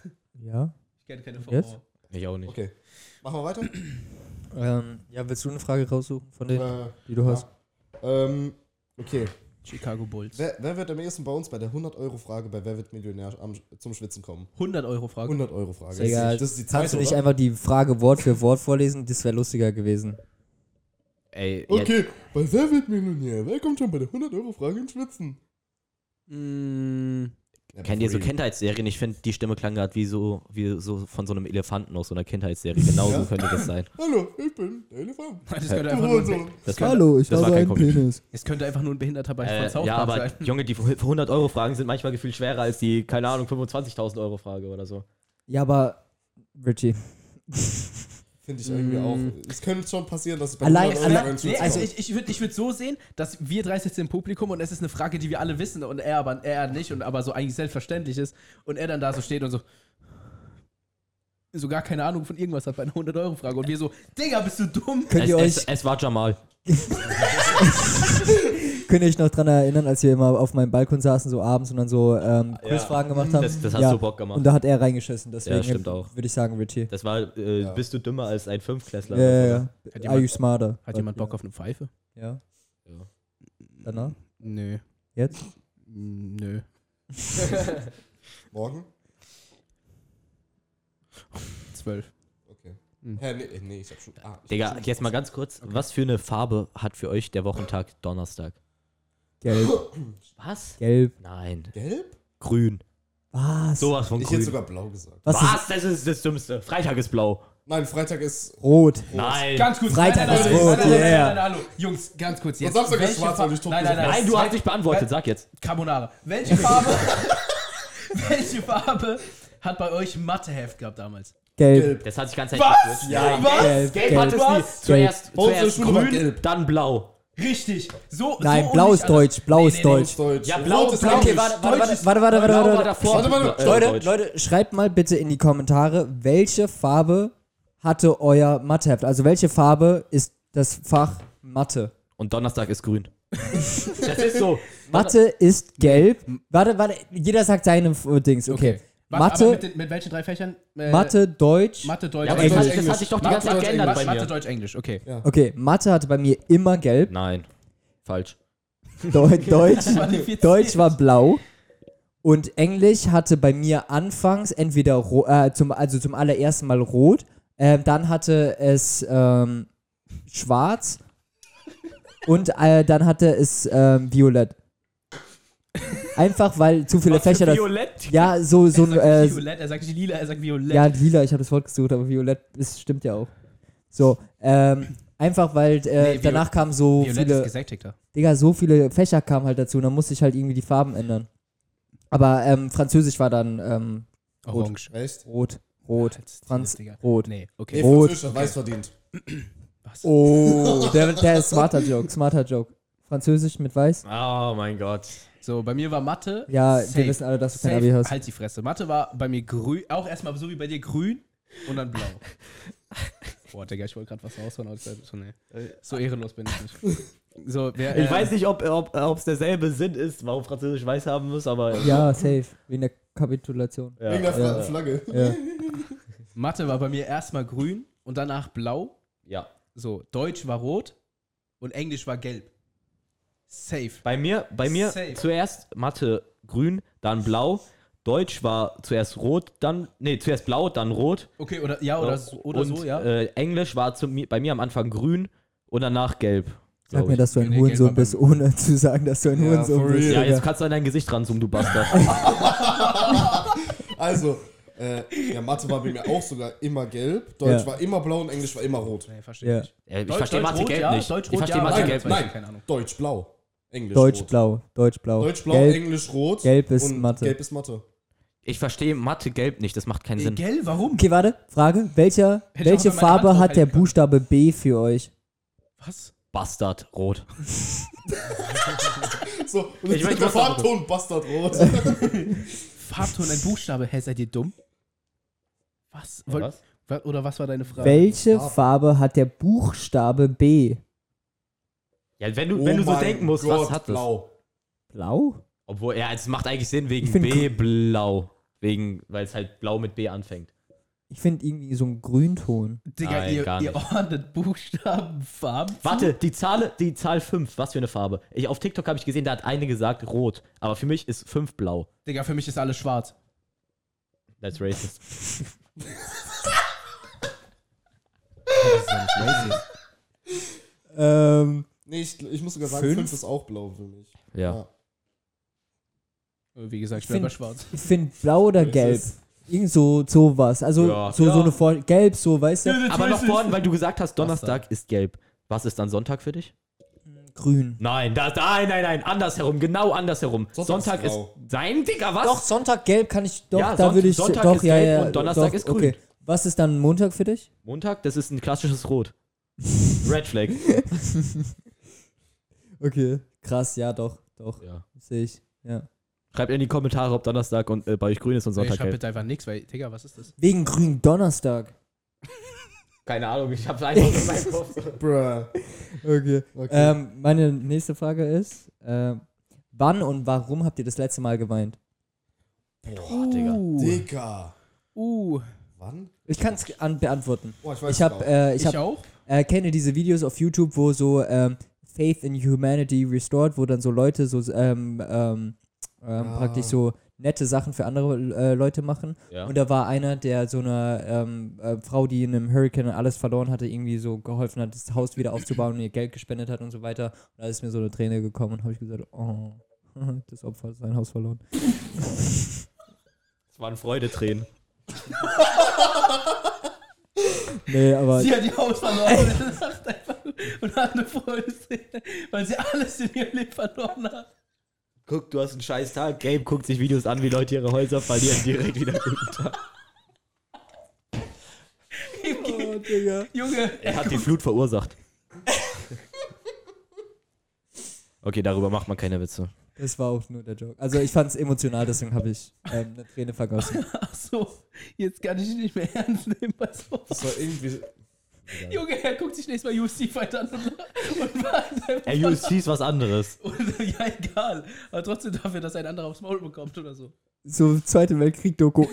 Speaker 3: Ja?
Speaker 2: Ich kenne keine Frau
Speaker 3: Jetzt?
Speaker 2: Auer.
Speaker 4: Ich auch nicht.
Speaker 1: Okay. Machen wir weiter?
Speaker 3: Ähm, ja, willst du eine Frage raussuchen von denen,
Speaker 1: Äh,
Speaker 3: die du hast?
Speaker 1: ähm, okay.
Speaker 2: Chicago Bulls.
Speaker 1: Wer, wer wird am ehesten bei uns bei der 100-Euro-Frage bei Wer wird Millionär am, zum Schwitzen kommen?
Speaker 2: 100 Euro Frage.
Speaker 1: 100-Euro-Frage.
Speaker 3: Digga,
Speaker 1: Das ist die Zeit,
Speaker 3: Kannst du nicht
Speaker 1: oder?
Speaker 3: einfach die Frage Wort für Wort vorlesen? Das wäre lustiger gewesen.
Speaker 4: Ey, jetzt-
Speaker 1: Okay, bei Wer wird Millionär? Wer kommt schon bei der 100-Euro-Frage ins Schwitzen?
Speaker 2: Mm,
Speaker 1: Ja,
Speaker 4: kennt ihr so
Speaker 1: for real.
Speaker 4: Kindheitsserien? Ich finde, die Stimme klang gerade wie so, wie so von so einem Elefanten aus so einer Kindheitsserie. Genau so
Speaker 1: Ja.
Speaker 4: könnte das sein.
Speaker 1: Hallo, ich bin der Elefant.
Speaker 2: das könnte
Speaker 1: Du
Speaker 2: einfach nur ein, Be-
Speaker 1: Hurensohn.
Speaker 4: Das könnte-
Speaker 3: Hallo, ich
Speaker 4: das war
Speaker 3: habe
Speaker 4: kein
Speaker 3: einen
Speaker 4: Kommentar.
Speaker 3: Penis.
Speaker 2: es könnte einfach nur ein Behinderter bei von
Speaker 4: Äh,
Speaker 2: South
Speaker 4: ja,
Speaker 2: Park
Speaker 4: aber
Speaker 2: sein.
Speaker 4: Junge, die 100-Euro-Fragen sind manchmal gefühlt schwerer als die, keine Ahnung, 25.000 Euro-Frage oder so.
Speaker 3: Ja, aber Richie.
Speaker 1: Finde ich irgendwie auch. Es könnte schon passieren, dass es bei
Speaker 3: Allein-
Speaker 1: 100 Euro
Speaker 2: Allein,
Speaker 1: ins
Speaker 2: nee,
Speaker 1: Schwitzen
Speaker 2: also
Speaker 1: kommt.
Speaker 2: ich, ich würde ich würd so sehen, dass wir drei sitzen im Publikum und es ist eine Frage, die wir alle wissen und er aber er nicht und aber so eigentlich selbstverständlich ist und er dann da so steht und so so gar keine Ahnung von irgendwas hat bei einer 100-Euro-Frage und wir so, Digga, bist du dumm?
Speaker 3: Könnt
Speaker 4: Es,
Speaker 3: ihr,
Speaker 4: es,
Speaker 3: euch,
Speaker 4: es war Jamal.
Speaker 3: könnt ihr euch noch dran erinnern, als wir immer auf meinem Balkon saßen, so abends und dann so ähm, Quizfragen gemacht haben?
Speaker 4: Ah, Das, das hat
Speaker 3: Ja.
Speaker 4: so Bock gemacht.
Speaker 3: Und da hat er reingeschissen, deswegen
Speaker 4: stimmt auch.
Speaker 3: würde ich sagen, Richie.
Speaker 4: Das war, äh,
Speaker 1: Ja.
Speaker 4: bist du dümmer als ein Fünfklässler?
Speaker 3: Ja, ja, ja.
Speaker 2: Hat
Speaker 3: Are you
Speaker 2: jemand,
Speaker 3: smarter?
Speaker 2: hat jemand Bock auf eine Pfeife?
Speaker 3: Ja.
Speaker 4: Ja.
Speaker 3: Danach?
Speaker 2: Nö.
Speaker 3: Jetzt?
Speaker 2: Nö.
Speaker 1: Morgen?
Speaker 2: Zwölf.
Speaker 1: Okay.
Speaker 2: Hm.
Speaker 1: Hä, nee, nee, ich hab schon. Ah, ich hab
Speaker 4: Digga,
Speaker 1: schon-
Speaker 4: jetzt mal ganz kurz. Was für eine Farbe hat für euch der Wochentag Donnerstag?
Speaker 3: Gelb.
Speaker 4: Was?
Speaker 3: Gelb.
Speaker 4: Nein.
Speaker 1: Gelb?
Speaker 4: Grün.
Speaker 3: Was?
Speaker 4: Sowas von
Speaker 1: Ich hätte
Speaker 4: grün.
Speaker 1: sogar blau gesagt.
Speaker 3: Was ist
Speaker 4: Was? Das ist das Dümmste. Freitag ist blau.
Speaker 1: Nein, Freitag ist.
Speaker 3: rot?
Speaker 4: Nein.
Speaker 2: Ganz kurz. nein,
Speaker 3: Freitag
Speaker 2: nein,
Speaker 1: ist
Speaker 2: nein, nein,
Speaker 1: rot,
Speaker 2: nein, nein, nein,
Speaker 3: yeah.
Speaker 2: nein, nein, hallo. Jungs, ganz kurz jetzt.
Speaker 1: Samstag ist
Speaker 2: Welche
Speaker 1: schwarz,
Speaker 2: Fa-
Speaker 1: hab ich tot
Speaker 2: Nein, nein,
Speaker 1: gesagt.
Speaker 2: nein.
Speaker 4: Nein, du hast nicht beantwortet. Sag jetzt.
Speaker 2: Carbonara. Welche Farbe? welche Farbe hat bei euch ein Matheheft gehabt damals?
Speaker 3: Gelb.
Speaker 1: Gelb.
Speaker 4: Das hat sich ganz
Speaker 2: Was?
Speaker 4: Ja,
Speaker 2: Was?
Speaker 3: Gelb.
Speaker 4: Gelb hat es nie.
Speaker 2: Was?
Speaker 4: Zuerst,
Speaker 1: Bei uns in der
Speaker 4: zuerst
Speaker 1: Schule war
Speaker 4: grün,
Speaker 1: gelb.
Speaker 4: dann blau.
Speaker 2: Richtig. So.
Speaker 3: Nein,
Speaker 2: so
Speaker 3: blau
Speaker 2: und
Speaker 3: ist
Speaker 2: nicht
Speaker 3: deutsch. Blau ist deutsch.
Speaker 1: Deutsch.
Speaker 4: Ja, blau
Speaker 1: Rot
Speaker 4: ist
Speaker 1: ist
Speaker 4: blau.
Speaker 1: Englisch.
Speaker 3: Okay, warte, warte, warte, warte, warte,
Speaker 4: Blau Genau, war
Speaker 3: warte,
Speaker 4: davor.
Speaker 1: Warte, warte,
Speaker 4: Äh,
Speaker 3: Leute,
Speaker 4: Deutsch.
Speaker 3: Leute, schreibt mal bitte in die Kommentare, welche Farbe hatte euer Matheheft? Also welche Farbe ist das Fach Mathe?
Speaker 4: Und Donnerstag ist grün. das ist so.
Speaker 3: Mathe ist gelb. Warte, warte, jeder sagt seine F- Dings. Okay.
Speaker 2: Warte, aber
Speaker 3: Mathe,
Speaker 2: Mit, den, mit welchen drei Fächern? Äh,
Speaker 3: Mathe, Deutsch.
Speaker 2: Mathe, Deutsch,
Speaker 4: Ja, aber das,
Speaker 1: Englisch,
Speaker 4: hat,
Speaker 2: Englisch.
Speaker 4: das hat sich doch die
Speaker 1: Mathe,
Speaker 4: ganze Zeit
Speaker 1: Deutsch,
Speaker 4: geändert bei
Speaker 2: Mathe,
Speaker 4: mir.
Speaker 2: Deutsch, Englisch. Okay.
Speaker 3: Okay, Mathe hatte bei mir immer gelb.
Speaker 4: Nein. Falsch.
Speaker 3: Deu Deutsch,
Speaker 2: Qualifiziert.
Speaker 3: Deutsch war blau. Und Englisch hatte bei mir anfangs entweder ro äh, zum, also zum allerersten Mal rot, ähm, dann hatte es ähm, schwarz und äh, dann hatte es ähm, violett. Einfach weil zu viele Fächer das.
Speaker 4: Violett.
Speaker 3: Ja, so, so ein.
Speaker 2: Er
Speaker 3: Äh,
Speaker 2: sagt Violett, er sagt nicht lila, er sagt Violett.
Speaker 3: ja, lila, ich habe das Wort gesucht, aber violett ist, stimmt ja auch. So, ähm, einfach weil äh,
Speaker 2: Nee, Vio-
Speaker 3: danach kamen so
Speaker 2: Violett
Speaker 3: viele.
Speaker 2: ist gesättigter.
Speaker 3: Digga, so viele Fächer kamen halt dazu und dann musste ich halt irgendwie die Farben ändern. Aber ähm, Französisch war dann ähm,
Speaker 2: Orange.
Speaker 1: Echt?
Speaker 3: rot, rot,
Speaker 2: Als
Speaker 3: Franz,
Speaker 2: Digga.
Speaker 3: rot.
Speaker 2: Nee, okay.
Speaker 1: Nee,
Speaker 3: Rot.
Speaker 1: Französisch hat weiß verdient.
Speaker 3: Oh, der, der ist smarter Joke, smarter Joke. Französisch mit weiß?
Speaker 4: Oh mein Gott.
Speaker 2: So, bei mir war Mathe.
Speaker 3: Ja,
Speaker 2: safe.
Speaker 3: wir wissen alle, dass du kein
Speaker 2: Safe.
Speaker 3: Abi hast.
Speaker 2: Halt die Fresse. Mathe war bei mir grün, auch erstmal so wie bei dir grün und dann blau. Boah, Digga, ich wollte gerade was raushauen, aber ich bleib so, nee.
Speaker 4: Äh,
Speaker 2: So ehrenlos bin ich nicht. So, wer,
Speaker 4: Ich
Speaker 2: äh,
Speaker 4: weiß nicht, ob es derselbe Sinn ist, warum Französisch weiß haben muss, aber.
Speaker 3: Ja, safe. Wegen der Kapitulation.
Speaker 1: Wegen der Fra-
Speaker 3: ja.
Speaker 1: Flagge.
Speaker 3: Ja.
Speaker 2: Mathe war bei mir erstmal grün und danach blau.
Speaker 4: ja.
Speaker 2: So, Deutsch war rot und Englisch war gelb. Safe.
Speaker 4: Bei mir, bei mir
Speaker 2: Safe.
Speaker 4: zuerst Mathe grün, dann blau. Deutsch war zuerst rot, dann. Nee, zuerst blau, dann rot.
Speaker 2: Okay, oder ja, oder, so- oder
Speaker 4: und,
Speaker 2: so, ja.
Speaker 4: Äh, Englisch war zu, mi- bei mir am Anfang grün und danach gelb.
Speaker 3: Sag
Speaker 4: glaub
Speaker 3: mir,
Speaker 4: ich.
Speaker 3: dass du
Speaker 2: Nee,
Speaker 3: ein
Speaker 2: nee,
Speaker 3: Hurensohn
Speaker 2: Geld war
Speaker 3: bist, ohne zu sagen, dass du ein
Speaker 1: Ja,
Speaker 3: Hurensohn
Speaker 1: for
Speaker 3: bist.
Speaker 1: real.
Speaker 4: Ja,
Speaker 3: Digga.
Speaker 4: jetzt kannst du an dein Gesicht ranzoomen, du Bastard.
Speaker 1: Also, äh, ja, Mathe war bei mir auch sogar immer gelb. Deutsch
Speaker 3: Ja.
Speaker 1: war immer blau und Englisch war immer rot.
Speaker 2: nee, verstehe
Speaker 3: Ja.
Speaker 2: nicht.
Speaker 4: Äh, ich
Speaker 2: Deutsch-
Speaker 4: verstehe
Speaker 2: Deutsch
Speaker 4: Mathe
Speaker 2: rot,
Speaker 4: gelb
Speaker 2: ja,
Speaker 4: nicht.
Speaker 2: Deutsch
Speaker 4: ich
Speaker 2: rot,
Speaker 4: verstehe
Speaker 2: ja,
Speaker 4: Mathe
Speaker 2: nein,
Speaker 4: gelb
Speaker 2: nein.
Speaker 4: nicht.
Speaker 2: Keine Ahnung.
Speaker 1: Deutsch blau. Englisch
Speaker 3: Deutsch
Speaker 1: rot.
Speaker 3: blau, Deutsch blau.
Speaker 1: Deutsch blau,
Speaker 3: Gelb,
Speaker 1: Englisch rot.
Speaker 3: Gelb ist
Speaker 1: und
Speaker 3: Mathe.
Speaker 1: Gelb ist Mathe.
Speaker 4: Ich verstehe Mathe gelb nicht, das macht keinen
Speaker 2: Äh,
Speaker 4: Sinn.
Speaker 2: Gell, warum?
Speaker 3: Okay, warte, Frage. Welcher,
Speaker 2: ich
Speaker 3: welche
Speaker 2: auch mal meine Hand
Speaker 3: Farbe hat der
Speaker 2: draufhalten können.
Speaker 3: Buchstabe B für euch?
Speaker 2: Was?
Speaker 4: Bastard rot.
Speaker 1: So, und
Speaker 4: Ich mein,
Speaker 1: jetzt der
Speaker 4: Bastard-
Speaker 1: Farbton, Bastard rot.
Speaker 2: Farbton, ein Buchstabe. Hä, seid ihr dumm? Was? Wollt-
Speaker 4: Was?
Speaker 2: wa- Oder was war deine Frage?
Speaker 3: Welche
Speaker 1: Farbe.
Speaker 3: Farbe hat der Buchstabe B?
Speaker 4: Ja, wenn du,
Speaker 1: Oh
Speaker 4: wenn du so
Speaker 1: mein
Speaker 4: denken musst, was
Speaker 1: Gott,
Speaker 4: hat das?
Speaker 1: Blau.
Speaker 3: Blau?
Speaker 4: Obwohl, ja, es macht eigentlich Sinn wegen
Speaker 3: Ich find
Speaker 4: B blau. Wegen, weil es halt blau mit B anfängt.
Speaker 3: Ich finde irgendwie so einen Grünton.
Speaker 2: Digga,
Speaker 4: Nein,
Speaker 2: ihr,
Speaker 4: gar
Speaker 2: ihr
Speaker 4: nicht.
Speaker 2: ordnet Buchstaben, Farben. zu?
Speaker 4: Warte, die Zahl, die Zahl 5, was für eine Farbe. Ich, auf TikTok habe ich gesehen, da hat eine gesagt rot. Aber für mich ist 5 blau.
Speaker 2: Digga, für mich ist alles schwarz.
Speaker 4: That's racist.
Speaker 3: Ähm,
Speaker 1: Nee, ich, ich muss sogar sagen,
Speaker 3: Fünf?
Speaker 1: 5 ist auch blau für mich.
Speaker 4: Ja.
Speaker 2: Äh, Wie gesagt, ich
Speaker 3: Find-
Speaker 2: bin bei schwarz.
Speaker 3: ich finde blau oder gelb. Irgend so sowas. Also
Speaker 4: Ja.
Speaker 3: so, so
Speaker 2: Ja.
Speaker 3: eine Vor Gelb, so, weißt du?
Speaker 4: Aber noch vorhin, weil du gesagt hast, Donnerstag ist gelb. Was ist dann Sonntag für dich?
Speaker 3: Grün.
Speaker 4: Nein, das, nein, nein, nein, andersherum, genau andersherum.
Speaker 1: Sonntag ist
Speaker 4: Sonntag,
Speaker 1: grau.
Speaker 4: ist. Sein, Digga, was?
Speaker 3: Doch, Sonntag gelb kann ich. Doch,
Speaker 4: Ja,
Speaker 3: da
Speaker 4: Sonnt-
Speaker 3: würde ich.
Speaker 4: Sonntag
Speaker 3: doch,
Speaker 4: ist
Speaker 3: ja,
Speaker 4: gelb
Speaker 3: ja,
Speaker 4: und Donnerstag
Speaker 3: doch,
Speaker 4: ist grün.
Speaker 3: Was ist dann Montag für dich?
Speaker 4: Montag, das ist ein klassisches Rot. Red Flag.
Speaker 3: Okay. Krass, ja, doch, doch. Sehe ich. Ja.
Speaker 4: Schreibt in die Kommentare, ob Donnerstag und äh, bei euch grün ist und
Speaker 2: Nee,
Speaker 4: Sonntag
Speaker 2: schreib
Speaker 4: gelb.
Speaker 2: bitte einfach nichts, weil, Digga, was ist das?
Speaker 3: Wegen grün Donnerstag.
Speaker 4: Keine Ahnung, ich hab's einfach in meinem Kopf.
Speaker 1: Bruh.
Speaker 3: Okay.
Speaker 1: Okay.
Speaker 3: Ähm, meine nächste Frage ist: ähm, Wann und warum habt ihr das letzte Mal geweint?
Speaker 4: Boah, Oh, Digga.
Speaker 2: Uh.
Speaker 1: Dicker.
Speaker 2: uh.
Speaker 1: Wann?
Speaker 3: Ich kann es beantworten.
Speaker 1: Oh, ich
Speaker 3: Ich habe, äh, ich
Speaker 2: Ich,
Speaker 3: hab,
Speaker 2: auch?
Speaker 3: äh, kenne diese Videos auf YouTube, wo so ähm, Faith in Humanity Restored, wo dann so Leute so ähm, ähm, ähm,
Speaker 1: Ah.
Speaker 3: praktisch so nette Sachen für andere äh, Leute machen.
Speaker 4: Ja.
Speaker 3: Und da war einer, der so einer ähm, äh, Frau, die in einem Hurricane alles verloren hatte, irgendwie so geholfen hat, das Haus wieder aufzubauen und ihr Geld gespendet hat und so weiter. Und da ist mir so eine Träne gekommen und habe ich gesagt, oh, das Opfer hat sein Haus verloren.
Speaker 4: Das waren Freudetränen.
Speaker 3: Nee, aber
Speaker 2: Sie hat ihr Haus verloren und sagt einfach und hat eine Freundin, weil sie alles in ihrem Leben verloren hat.
Speaker 4: Guck, du hast einen scheiß Tag. Gabe guckt sich Videos an, wie Leute ihre Häuser verlieren. Direkt wieder guten Tag.
Speaker 3: oh, Digga.
Speaker 2: Junge,
Speaker 4: Er hat die Flut verursacht. Okay, darüber macht man keine Witze.
Speaker 3: das war auch nur der Joke. Also ich fand es emotional, deswegen habe ich ähm, eine Träne vergossen.
Speaker 2: ach so, jetzt kann ich ihn nicht mehr ernst nehmen. Pass auf.
Speaker 1: Das war irgendwie.
Speaker 2: Junge, er guckt sich nächstes Mal UFC Fight an und, und weint einfach.
Speaker 4: Ey, UFC ist was anderes.
Speaker 2: Und, ja, egal. Aber trotzdem dafür, dass ein anderer aufs Maul bekommt oder so.
Speaker 3: So Zweite Weltkrieg-Doku.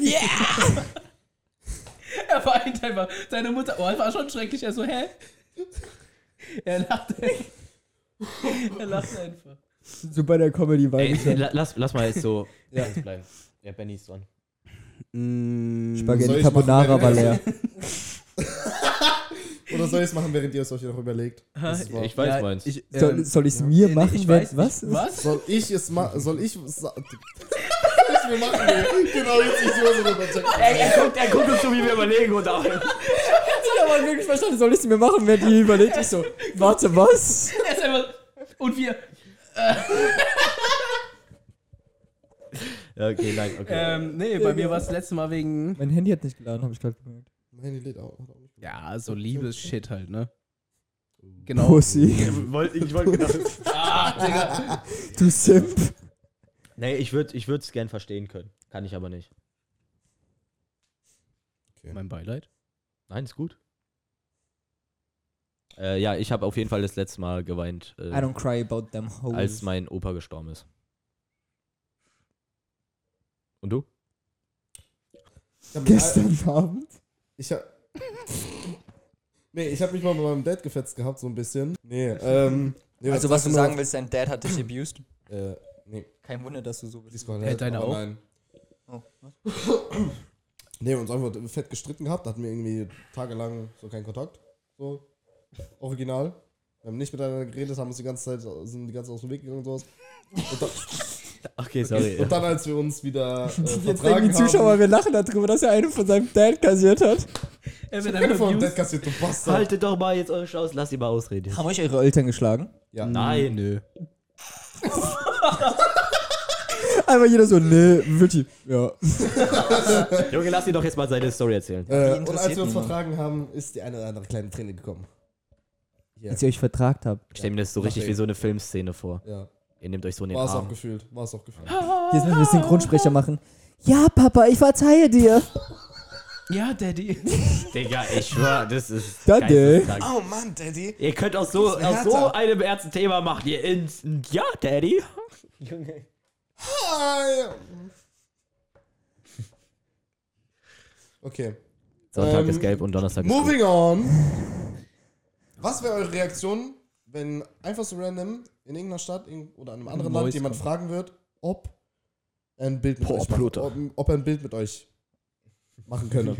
Speaker 2: Er weint einfach. Seine Mutter, oh, das war schon schrecklich. Er so, hä? Er lacht einfach. Er lacht einfach.
Speaker 3: So bei der Comedy
Speaker 4: Ey, äh,
Speaker 3: weinen.
Speaker 4: la- lass, lass mal jetzt so
Speaker 3: Ja.
Speaker 4: ernst bleiben. Ja, Benny ist dran.
Speaker 1: Soll
Speaker 3: Spaghetti
Speaker 1: ich machen,
Speaker 3: Carbonara
Speaker 1: wenn-
Speaker 3: war leer.
Speaker 1: Oder soll ich es machen, während ihr es euch noch überlegt? Das ist wahr.
Speaker 4: Ich weiß
Speaker 2: Ja,
Speaker 4: meins.
Speaker 2: Ich, ähm,
Speaker 3: Soll, soll ich es
Speaker 1: ja.
Speaker 3: mir
Speaker 2: nee,
Speaker 3: machen?
Speaker 2: ich
Speaker 3: wenn-
Speaker 2: weiß,
Speaker 3: was?
Speaker 2: was?
Speaker 1: Soll ich es machen? Soll ich. Soll ich mir machen? Digga? Genau, jetzt die Hose rüberchecken.
Speaker 4: Er guckt, er guckt uns so, wie wir überlegen und auch.
Speaker 3: Ich habe aber wirklich verstanden, soll ich es mir machen, wenn die überlegt. Ich so, warte, was?
Speaker 2: Er ist einfach. Und wir.
Speaker 4: Ja, okay, nein, okay.
Speaker 2: Ähm, nee, bei mir war es letztes Mal wegen.
Speaker 3: Mein Handy hat nicht geladen, habe ich gerade gemerkt.
Speaker 1: Meine lädt auch.
Speaker 2: Ja, so Liebes-Shit halt, ne? Genau.
Speaker 3: Pussy,
Speaker 4: ich wollte genau.
Speaker 2: Ah, Digga.
Speaker 3: du Simp.
Speaker 4: Nee, ich würde es ich würd's gern verstehen können. Kann ich aber nicht.
Speaker 2: Mein Beileid.
Speaker 4: Nein, ist gut. Äh, ja, ich habe auf jeden Fall das letzte Mal geweint,
Speaker 3: I
Speaker 4: äh,
Speaker 3: don't cry about them hoes.
Speaker 4: als mein Opa gestorben ist. Und du?
Speaker 1: Ich hab mich-
Speaker 3: Gestern Abend.
Speaker 1: Ich hab. Nee, ich hab mich mal mit meinem Dad gefetzt gehabt, so ein bisschen. Nee, ähm. Nee,
Speaker 3: Also,
Speaker 1: sag nur-
Speaker 3: willst, dein Dad hat dich abused?
Speaker 1: Äh, nee.
Speaker 3: Kein Wunder, dass du so Oh,
Speaker 1: Die
Speaker 3: bist.
Speaker 1: Squad
Speaker 2: Hält deine
Speaker 1: aber
Speaker 2: auch?
Speaker 1: Nein. Nee, uns einfach fett gestritten gehabt, hatten wir irgendwie tagelang so keinen Kontakt. So. Original. Wir haben nicht miteinander geredet, haben uns die ganze Zeit, sind die ganze Zeit aus dem Weg gegangen und sowas. Und, da,
Speaker 4: Okay, sorry.
Speaker 1: und dann, als wir uns wieder äh,
Speaker 3: Jetzt denken
Speaker 1: vertragen
Speaker 3: die Zuschauer,
Speaker 1: haben...
Speaker 3: wir lachen darüber, dass er einen von seinem Dad kassiert hat.
Speaker 2: Er wird
Speaker 1: Ich bin
Speaker 2: einfach
Speaker 1: von Dad
Speaker 2: abused.
Speaker 1: kassiert, du Bastard.
Speaker 3: Halt.
Speaker 4: Haltet doch mal jetzt eure Chance, lasst ihr mal ausreden.
Speaker 3: Haben euch eure Eltern geschlagen?
Speaker 1: Ja.
Speaker 4: Nein, nö.
Speaker 3: Einmal jeder so, nee, wirklich. Ja.
Speaker 4: Junge, lass ihr doch jetzt mal seine Story erzählen.
Speaker 1: Äh, und als
Speaker 3: interessiert
Speaker 1: wir uns
Speaker 3: niemand.
Speaker 1: vertragen haben, ist die eine oder andere kleine Träne gekommen.
Speaker 3: Als ihr euch vertragt habt.
Speaker 4: Ich stelle mir das so
Speaker 1: Mach
Speaker 4: richtig
Speaker 1: ich.
Speaker 4: wie so eine Filmszene vor.
Speaker 1: Ja.
Speaker 4: Ihr nehmt euch so in den
Speaker 1: War es auch
Speaker 4: Arm.
Speaker 1: gefühlt. War es auch gefühlt.
Speaker 3: Jetzt müssen wir den Grundsprecher machen. Ja, Papa, ich verzeihe dir.
Speaker 2: Ja, Daddy.
Speaker 4: Digga, ich schwör, das ist
Speaker 3: Daddy.
Speaker 4: geisteskrank.
Speaker 1: Oh Mann, Daddy.
Speaker 4: Ihr könnt aus so,
Speaker 1: ist
Speaker 4: aus so
Speaker 1: härter.
Speaker 4: einem ernsten Thema machen. Ihr ins, ja, Daddy.
Speaker 1: Hi. Okay.
Speaker 4: Sonntag
Speaker 1: Ähm,
Speaker 4: ist gelb und Donnerstag ist grün.
Speaker 1: Moving on. Was wäre eure Reaktion, wenn einfach so random in irgendeiner Stadt in, oder an einem anderen
Speaker 2: Ein
Speaker 1: Land
Speaker 2: Voice
Speaker 1: jemand
Speaker 2: kommt.
Speaker 1: fragen wird, ob er ein Bild mit
Speaker 4: Boah,
Speaker 1: euch macht,
Speaker 4: Pluto.
Speaker 1: ob, ob er ein Bild mit euch machen könne?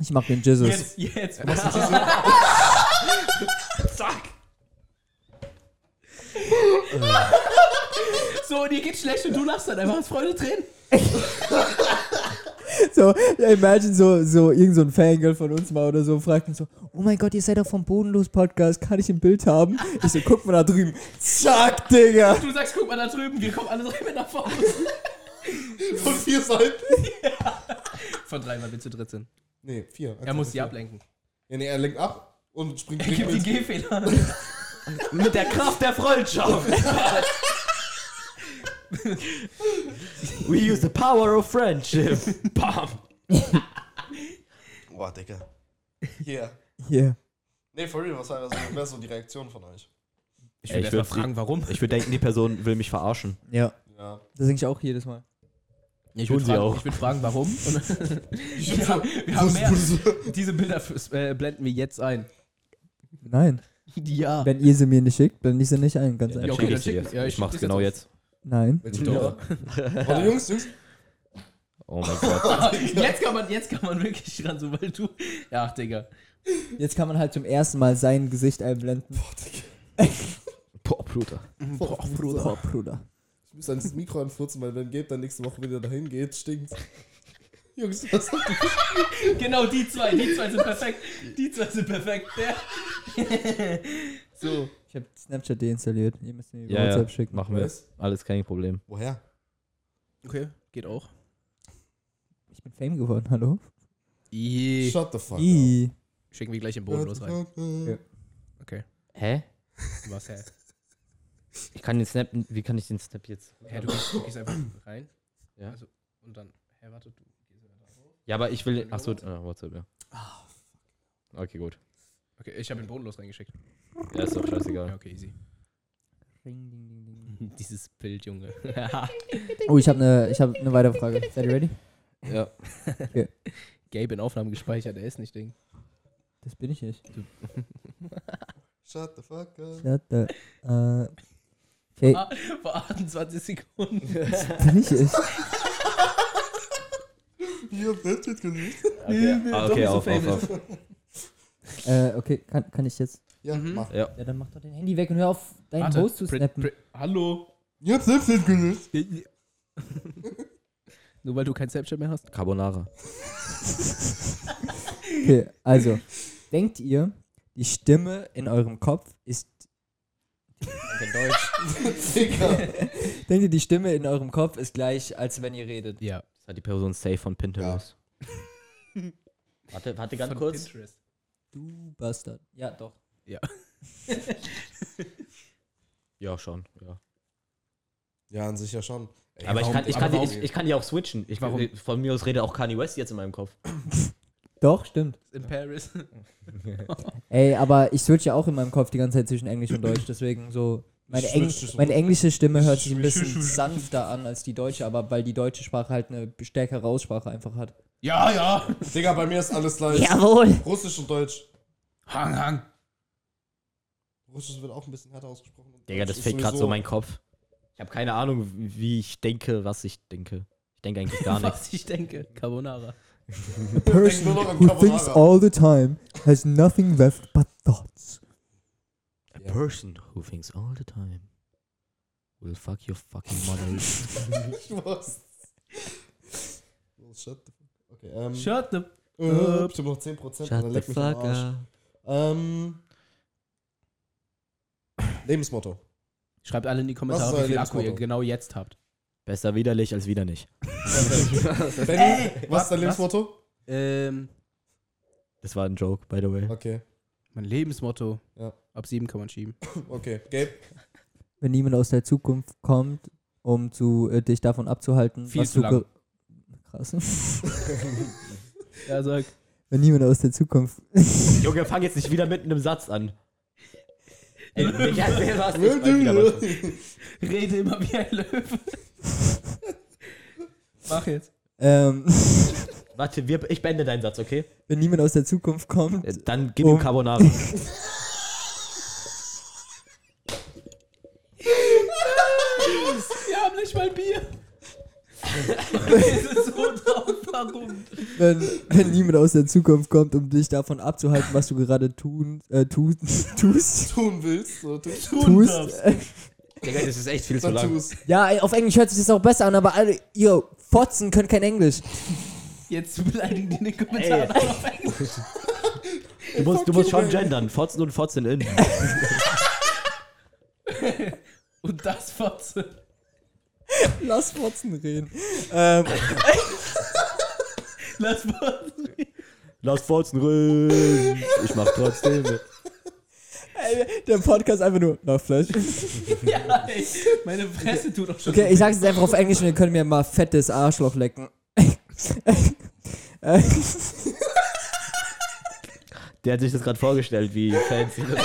Speaker 3: Ich mach den Jesus.
Speaker 2: Jetzt, jetzt. Zack. Äh. so, dir geht's schlecht und du lachst dann einfach. Hast Freude Tränen?
Speaker 3: So, ja, imagine so, so irgend so ein Fangirl von uns mal oder so fragt uns so, oh mein Gott, ihr seid doch vom Bodenlos-Podcast, kann ich ein Bild haben? Ich so, guck mal da drüben. Zack, Digga.
Speaker 2: Du sagst, guck mal da drüben, wir kommen alle drei mit nach vorne.
Speaker 1: Von vier Seiten?
Speaker 2: Von drei, weil wir zu dritt sind.
Speaker 1: Nee, vier. Also
Speaker 2: Er muss sie ablenken.
Speaker 1: Ja, nee, er lenkt ab und springt
Speaker 2: Er gibt die
Speaker 1: mit.
Speaker 2: Gehfehler.
Speaker 4: Mit der Kraft der Freundschaft. We use the power of friendship. Bam.
Speaker 1: Boah, Digga. Yeah.
Speaker 3: Hier.
Speaker 1: Nee, for real, was wäre so, wär so die Reaktion von euch?
Speaker 2: Ich würde
Speaker 4: würd
Speaker 2: erst
Speaker 4: erst
Speaker 2: mal
Speaker 4: mal
Speaker 2: fragen,
Speaker 4: fragen,
Speaker 2: warum.
Speaker 4: Ich würde denken, die Person will mich verarschen.
Speaker 3: Ja.
Speaker 1: Ja.
Speaker 3: Das sing ich auch jedes Mal.
Speaker 4: Ich
Speaker 2: würd
Speaker 4: tun sie
Speaker 2: fragen-
Speaker 4: auch.
Speaker 2: Ich würde fragen, warum. Und wir, haben, wir haben mehr.
Speaker 1: Mehr.
Speaker 2: Diese Bilder fürs, äh, blenden wir jetzt ein.
Speaker 3: Nein.
Speaker 2: Ja.
Speaker 3: Wenn ihr sie mir nicht schickt, blende ich sie nicht ein, ganz
Speaker 4: Dann
Speaker 2: Ja,
Speaker 3: einfach.
Speaker 2: okay,
Speaker 4: schick
Speaker 2: dann
Speaker 4: ich sie
Speaker 2: schick-
Speaker 4: dir.
Speaker 2: ja, ich
Speaker 4: ich mach's
Speaker 2: schick das
Speaker 4: genau
Speaker 2: jetzt
Speaker 4: jetzt.
Speaker 3: Nein.
Speaker 1: Doch. Warte, Jungs, Jungs.
Speaker 4: Oh mein Gott.
Speaker 2: Jetzt kann man, jetzt kann man wirklich ran, so weil du. Ja, ach, Digga.
Speaker 3: Jetzt kann man halt zum ersten Mal sein Gesicht einblenden.
Speaker 1: Boah, Digga.
Speaker 4: Boah, Pluto.
Speaker 1: Boah, Bruder.
Speaker 3: Boah, Bruder.
Speaker 1: Ich muss ans Mikro anfurzen, weil wenn Gabe dann nächste Woche wieder dahin geht, stinkt's. Jungs, was habt ihr?
Speaker 2: Genau die zwei, die zwei sind perfekt. Die zwei sind perfekt. Der. So.
Speaker 3: Ich habe Snapchat deinstalliert. Ihr müsst mir über
Speaker 4: Ja, ja,
Speaker 3: WhatsApp schicken.
Speaker 4: machen wir.
Speaker 1: Was?
Speaker 4: Alles kein Problem.
Speaker 1: Woher?
Speaker 2: Okay, geht auch.
Speaker 3: Ich bin Fame geworden, hallo?
Speaker 2: I.
Speaker 1: Shut the fuck up.
Speaker 3: I.
Speaker 2: Schicken wir gleich im Boden los rein.
Speaker 1: Ja.
Speaker 4: Hä?
Speaker 2: Was, hä?
Speaker 4: Ich kann den Snap, wie kann ich den Snap jetzt?
Speaker 2: Hä, du gehst, du gehst einfach rein.
Speaker 4: Ja.
Speaker 2: Also, und dann. Hä, warte, du.
Speaker 4: Ja, aber ich will, ach so, äh, WhatsApp, ja. Okay, gut.
Speaker 2: Okay, ich habe den Boden los reingeschickt.
Speaker 4: Ja, ist doch
Speaker 2: Ja,
Speaker 4: scheißegal.
Speaker 2: okay, easy.
Speaker 3: Ring, ding, ding, ding.
Speaker 2: Dieses Bild, Junge.
Speaker 3: Oh, ich habe eine hab ne weitere Frage. Seid ihr ready?
Speaker 4: Ja.
Speaker 2: Gabe in Aufnahmen gespeichert, er ist nicht Ding.
Speaker 3: Das bin ich nicht.
Speaker 1: Shut the fuck up.
Speaker 3: Ja, da, äh, okay,
Speaker 2: Ah, vor 28 Sekunden.
Speaker 3: bin ich ich.
Speaker 1: Ihr habt das jetzt gelöst.
Speaker 4: Okay, ah, okay auf, auf, auf.
Speaker 3: Äh, okay, kann, kann ich jetzt?
Speaker 1: Ja,
Speaker 2: Mhm.
Speaker 1: mach.
Speaker 4: Ja.
Speaker 3: Ja, dann mach doch dein Handy weg und hör auf, deinen
Speaker 2: Warte,
Speaker 3: Host zu
Speaker 2: Pri-
Speaker 3: snappen.
Speaker 2: Pri- Hallo.
Speaker 1: Ihr habt das jetzt gelöst.
Speaker 2: Nur weil du kein Snapchat mehr hast?
Speaker 4: Carbonara.
Speaker 3: Okay, also, denkt ihr, die Stimme in eurem Kopf ist. In Deutsch.
Speaker 1: Digga.
Speaker 3: denkt ihr, die Stimme in eurem Kopf ist gleich, als wenn ihr redet?
Speaker 2: Ja.
Speaker 4: Das hat halt die Person safe von Pinterest. warte, warte ganz kurz.
Speaker 3: Du Bastard. Ja, doch.
Speaker 4: Ja, schon. Ja.
Speaker 1: Ja, an sich ja schon. Ey,
Speaker 4: aber ich
Speaker 1: warum-
Speaker 4: kann, ich, kann
Speaker 1: aber
Speaker 4: die,
Speaker 1: warum-
Speaker 4: ich, ich kann die auch switchen. Ich,
Speaker 2: Warum?
Speaker 4: Von mir aus redet auch Kanye West jetzt in meinem Kopf.
Speaker 3: Doch, stimmt.
Speaker 2: In Paris.
Speaker 3: Ey, aber ich switche auch in meinem Kopf die ganze Zeit zwischen Englisch und Deutsch, deswegen so. Meine,
Speaker 1: switch
Speaker 3: Eng
Speaker 1: so.
Speaker 3: meine englische Stimme hört sich ein bisschen sanfter an als die deutsche, aber weil die deutsche Sprache halt eine stärkere Aussprache einfach hat.
Speaker 2: Ja, ja.
Speaker 1: Digga, bei mir ist alles gleich.
Speaker 3: Jawohl!
Speaker 1: Russisch und Deutsch.
Speaker 2: Hang, hang.
Speaker 1: Russisch wird auch ein bisschen härter ausgesprochen. Und
Speaker 4: Digga,
Speaker 1: Deutsch
Speaker 4: das
Speaker 1: ist
Speaker 4: fällt gerade
Speaker 1: sowieso-
Speaker 4: so in meinen Kopf. Ich habe keine Ahnung, wie ich denke, was ich denke. Ich denke eigentlich gar nichts.
Speaker 2: Was ich denke. Carbonara.
Speaker 1: person nur noch an who thinks Carbonara.
Speaker 3: all the time has nothing left but thoughts.
Speaker 4: A
Speaker 1: Ja.
Speaker 4: person who thinks all the time will fuck your fucking mother.
Speaker 1: Ich wusste. Well, shut the fuck. Okay, ähm.
Speaker 2: Shut the.
Speaker 1: äh, bestimmt noch 10%. und dann leck mich am Arsch. Ähm. Lebensmotto.
Speaker 2: Schreibt alle in die
Speaker 1: Was ist
Speaker 2: Kommentare,
Speaker 1: euer
Speaker 2: wie viel Akku ihr
Speaker 1: Lebensmotto?
Speaker 2: genau jetzt habt.
Speaker 4: Besser widerlich als wieder nicht.
Speaker 1: Benny, was ist dein
Speaker 2: was?
Speaker 1: Lebensmotto?
Speaker 2: Ähm,
Speaker 4: Das war ein Joke, by the way.
Speaker 1: Okay,
Speaker 2: mein Lebensmotto.
Speaker 1: Ja.
Speaker 2: Ab sieben kann man schieben.
Speaker 1: okay. Gabe,
Speaker 3: Wenn niemand aus der Zukunft kommt, um zu, äh, dich davon abzuhalten,
Speaker 2: Viel
Speaker 3: was
Speaker 2: zu
Speaker 3: du
Speaker 2: lang.
Speaker 3: ge- Krass.
Speaker 2: Ja, sag.
Speaker 3: Wenn niemand aus der Zukunft.
Speaker 4: Junge, fang jetzt nicht wieder mitten im Satz an. Ey, Digga, wer war's? Ich weiß wieder was.
Speaker 1: Gabe,
Speaker 2: Rede immer wie ein Löwe. Mach jetzt.
Speaker 3: ähm,
Speaker 4: Warte, wir, ich beende deinen Satz, okay?
Speaker 3: Wenn niemand aus der Zukunft kommt.
Speaker 4: Äh, Dann gib
Speaker 3: Um.
Speaker 4: ihm Carbonara.
Speaker 2: Wir haben nicht mal Bier. Es ist so drauf, warum?
Speaker 3: Wenn, wenn niemand aus der Zukunft kommt, um dich davon abzuhalten, was du gerade tun, äh, tun, tust.
Speaker 1: tun willst, so tu,
Speaker 2: Tun
Speaker 3: tust.
Speaker 2: darfst.
Speaker 4: Digga, das ist echt viel zu
Speaker 1: dann
Speaker 4: lang.
Speaker 1: tu's.
Speaker 3: Ja, ey, auf Englisch hört sich das auch besser an, aber alle, ihr Fotzen könnt kein Englisch.
Speaker 2: Jetzt beleidigen die in den Kommentaren auch noch Englisch.
Speaker 4: Du musst, du musst schon gendern. Fotzen und Fotzen in.
Speaker 2: Und das Fotze.
Speaker 3: Lass Fotzen reden. Ähm,
Speaker 2: Lass Fotze.
Speaker 4: Lass Fotzen rein. Ich mach trotzdem mit.
Speaker 3: ey, der Podcast einfach nur nach Flash.
Speaker 2: Ja, ey. Meine Fresse tut auch schon.
Speaker 3: Okay, ich sag's jetzt einfach auf Englisch und ihr könnt mir mal fettes Arschloch lecken. Äh,
Speaker 4: Der hat sich das gerade vorgestellt, wie fancy das